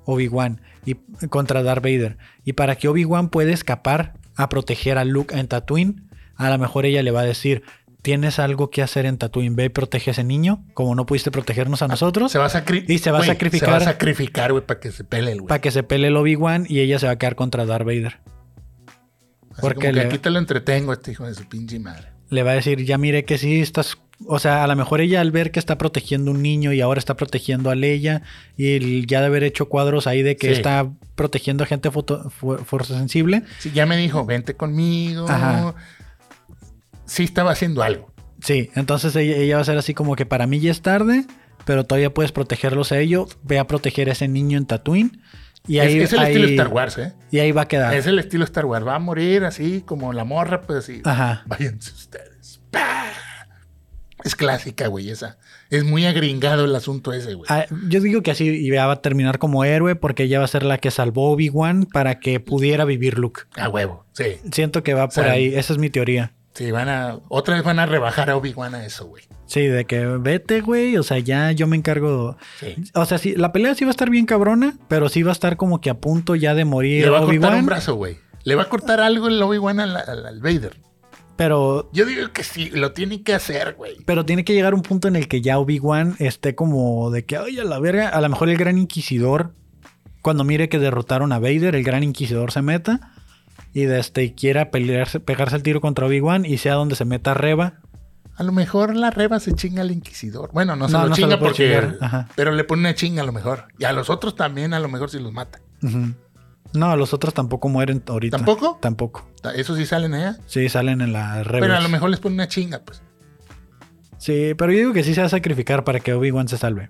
[SPEAKER 1] Obi-Wan y contra Darth Vader. Y para que Obi-Wan pueda escapar a proteger a Luke en Tatooine, a lo mejor ella le va a decir. Tienes algo que hacer en Tatooine, ve y protege a ese niño, como no pudiste
[SPEAKER 2] Ah,
[SPEAKER 1] protegernos a nosotros.
[SPEAKER 2] Se va a, sacri-
[SPEAKER 1] Y se va a
[SPEAKER 2] güey,
[SPEAKER 1] sacrificar.
[SPEAKER 2] Se va a sacrificar, güey, para que se pele el güey.
[SPEAKER 1] para que se pele el Obi-Wan y ella se va a quedar contra Darth Vader.
[SPEAKER 2] Así
[SPEAKER 1] porque
[SPEAKER 2] como que
[SPEAKER 1] le-
[SPEAKER 2] aquí te lo entretengo, este hijo de su pinche madre.
[SPEAKER 1] Le va a decir, ya mire que sí estás... O sea, a lo mejor ella al ver que está protegiendo un niño y ahora está protegiendo a Leia y el- ya de haber hecho cuadros ahí de que
[SPEAKER 2] Sí.
[SPEAKER 1] está protegiendo a gente foto- fu- fuerza sensible,
[SPEAKER 2] Sí, ya me dijo, vente conmigo.
[SPEAKER 1] Ajá.
[SPEAKER 2] Sí estaba haciendo algo.
[SPEAKER 1] sí, entonces ella, ella va a ser así como que para mí ya es tarde, pero todavía puedes protegerlos a ellos, ve a proteger a ese niño en Tatooine y ahí,
[SPEAKER 2] es, es el
[SPEAKER 1] ahí- Ah.
[SPEAKER 2] estilo Star Wars, ¿eh?
[SPEAKER 1] y ahí va a quedar.
[SPEAKER 2] Es el estilo Star Wars. Va a morir así, como la morra, pues así.
[SPEAKER 1] Ajá.
[SPEAKER 2] Váyanse ustedes. ¡Pah! Es clásica, güey, esa. Es muy agringado el asunto ese, güey.
[SPEAKER 1] Ah, Yo digo que así y ya va a terminar como héroe porque ella va a ser la que salvó a Obi-Wan para que pudiera vivir Luke.
[SPEAKER 2] A huevo, sí.
[SPEAKER 1] Siento que va por
[SPEAKER 2] Sale.
[SPEAKER 1] ahí, esa es mi teoría.
[SPEAKER 2] Sí, van a. Otra vez van a rebajar a Obi-Wan a eso, güey.
[SPEAKER 1] Sí, de que vete, güey, o sea, ya yo me encargo.
[SPEAKER 2] Sí.
[SPEAKER 1] O sea, sí, la pelea sí va a estar bien cabrona, pero sí va a estar como que a punto ya de morir
[SPEAKER 2] Le va a cortar un
[SPEAKER 1] Obi-Wan.
[SPEAKER 2] brazo, güey. Le va a cortar algo el Obi-Wan al, al- al Vader.
[SPEAKER 1] Pero,
[SPEAKER 2] Yo digo que sí, lo tiene que hacer, güey.
[SPEAKER 1] pero tiene que llegar un punto en el que ya Obi-Wan esté como de que, ay, a la verga, a lo mejor el gran inquisidor, cuando mire que derrotaron a Vader, el gran inquisidor se meta y de este, y quiera pelearse, pegarse el tiro contra Obi-Wan y sea donde se meta Reba.
[SPEAKER 2] A lo mejor la reba se chinga al inquisidor. Bueno, no se
[SPEAKER 1] No,
[SPEAKER 2] lo
[SPEAKER 1] no se
[SPEAKER 2] chinga
[SPEAKER 1] lo puede
[SPEAKER 2] porque.
[SPEAKER 1] chingar, Ah. ajá.
[SPEAKER 2] Pero le pone una chinga a lo mejor. Y a los otros también, a lo mejor si los mata.
[SPEAKER 1] Ujú. No, los otros tampoco mueren ahorita.
[SPEAKER 2] ¿Tampoco?
[SPEAKER 1] Tampoco.
[SPEAKER 2] Eso sí salen allá.
[SPEAKER 1] Sí, salen en la Rebels.
[SPEAKER 2] Pero a lo mejor les pone una chinga, pues.
[SPEAKER 1] Sí, pero yo digo que sí se va a sacrificar para que Obi-Wan se salve.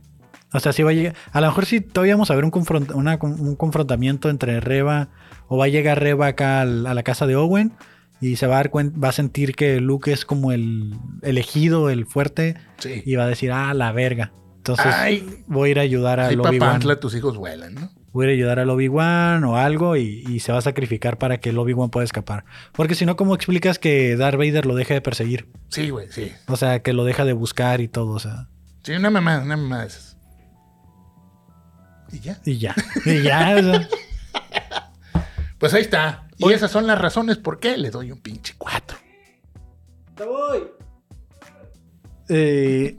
[SPEAKER 1] O sea, sí va a llegar. A lo mejor sí todavía vamos a ver un, confront- una- un confrontamiento entre Reba. O va a llegar Reba acá al- a la casa de Owen. Y se va a dar cuenta, va a sentir que Luke es como el elegido, el fuerte.
[SPEAKER 2] Sí.
[SPEAKER 1] Y va a decir, ah, la verga. Entonces
[SPEAKER 2] Ay,
[SPEAKER 1] voy a ir a ayudar
[SPEAKER 2] ay
[SPEAKER 1] al
[SPEAKER 2] papá,
[SPEAKER 1] Obi-Wan.
[SPEAKER 2] tus hijos vuelan, ¿no?
[SPEAKER 1] Voy a ir a ayudar al Obi-Wan o algo. Y, y se va a sacrificar para que el Obi-Wan pueda escapar. Porque si no, ¿cómo explicas que Darth Vader lo deje de perseguir?
[SPEAKER 2] Sí, güey, sí.
[SPEAKER 1] O sea, que lo deja de buscar y todo. O sea.
[SPEAKER 2] Sí, una mamá, una mamá de esas. Y ya.
[SPEAKER 1] Y ya. Y ya. o sea.
[SPEAKER 2] Pues ahí está. Y esas son las razones por qué le doy un pinche 4.
[SPEAKER 1] Eh,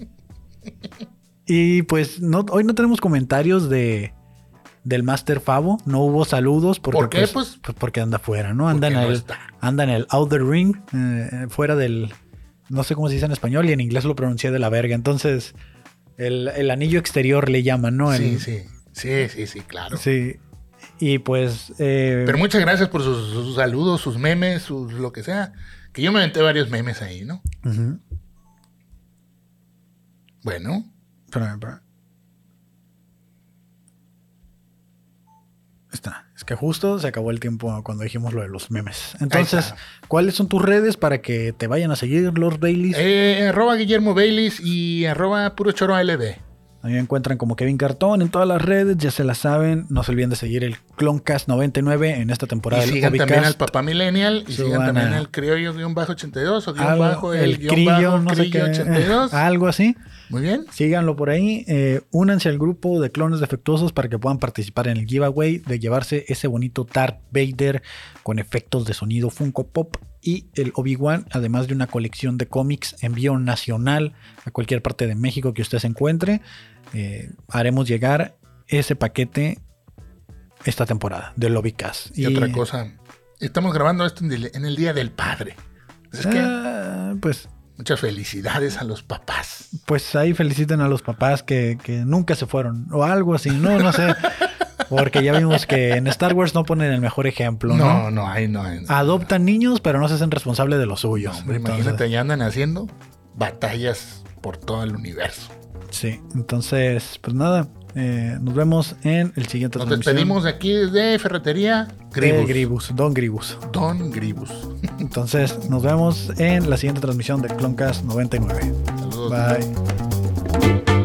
[SPEAKER 1] y pues no, hoy no tenemos comentarios de del Master Favo. No hubo saludos. Porque,
[SPEAKER 2] ¿Por qué? Pues-
[SPEAKER 1] porque anda fuera, ¿no? Anda en,
[SPEAKER 2] Porque no
[SPEAKER 1] el,
[SPEAKER 2] está.
[SPEAKER 1] anda en el outer ring. eh, fuera del. No sé cómo se dice en español. Y en inglés lo pronuncié de la verga. Entonces. El, el anillo exterior le llaman, ¿no?
[SPEAKER 2] Sí,
[SPEAKER 1] El-
[SPEAKER 2] sí. Sí, sí, sí, claro.
[SPEAKER 1] sí. Y pues. eh,
[SPEAKER 2] Pero muchas gracias por sus, sus saludos, sus memes, sus lo que sea. Que yo me aventé varios memes ahí, ¿no?
[SPEAKER 1] ujú.
[SPEAKER 2] Bueno,
[SPEAKER 1] Espérame, espérame. Está. Es que justo se acabó el tiempo cuando dijimos lo de los memes. Entonces,
[SPEAKER 2] está.
[SPEAKER 1] ¿cuáles son tus redes para que te vayan a seguir, Lord Baileys?
[SPEAKER 2] eh, arroba Guillermo Baylis y arroba puro choro LB.
[SPEAKER 1] A mí me encuentran como Kevin Cartón en todas las redes, ya se la saben. No se olviden de seguir el Cloncast99 en esta
[SPEAKER 2] Y
[SPEAKER 1] temporada. del
[SPEAKER 2] sigan también al
[SPEAKER 1] Obicast.
[SPEAKER 2] papá millennial y
[SPEAKER 1] Suban
[SPEAKER 2] sigan también
[SPEAKER 1] a-
[SPEAKER 2] al criollo-82 o guión
[SPEAKER 1] Algo-
[SPEAKER 2] bajo el, guión
[SPEAKER 1] crillo,
[SPEAKER 2] bajo
[SPEAKER 1] no sé qué,
[SPEAKER 2] criollo 82.
[SPEAKER 1] algo así.
[SPEAKER 2] Muy bien.
[SPEAKER 1] Síganlo por ahí. eh, únanse al grupo de clones defectuosos para que puedan participar en el giveaway de llevarse ese bonito Darth Vader con efectos de sonido Funko Pop y el Obi-Wan, además de una colección de cómics, envío nacional a cualquier parte de México que usted se encuentre. Eh, haremos llegar ese paquete esta temporada del Lobby Cast.
[SPEAKER 2] Y, otra cosa, estamos grabando esto en el, en el Día del Padre. Es que
[SPEAKER 1] Ah, pues,
[SPEAKER 2] muchas felicidades a los papás.
[SPEAKER 1] pues ahí feliciten a los papás que, que nunca se fueron o algo así, no, no sé. Porque ya vimos que en Star Wars no ponen el mejor ejemplo, ¿no?
[SPEAKER 2] No, no, ahí no. ahí no.
[SPEAKER 1] Adoptan niños, pero no se hacen responsables de los
[SPEAKER 2] No,
[SPEAKER 1] suyos.
[SPEAKER 2] hombre,
[SPEAKER 1] Pues, Entonces,
[SPEAKER 2] imagínate, ya andan haciendo batallas por todo el universo.
[SPEAKER 1] Sí, entonces, pues nada, eh, nos vemos en el siguiente
[SPEAKER 2] Nos
[SPEAKER 1] transmisión
[SPEAKER 2] despedimos de aquí desde Ferretería
[SPEAKER 1] de
[SPEAKER 2] Gribus.
[SPEAKER 1] Gribus, Don Gribus.
[SPEAKER 2] Don Gribus.
[SPEAKER 1] Entonces, nos vemos en la siguiente transmisión de Cloncast 99.
[SPEAKER 2] Saludos.
[SPEAKER 1] Bye.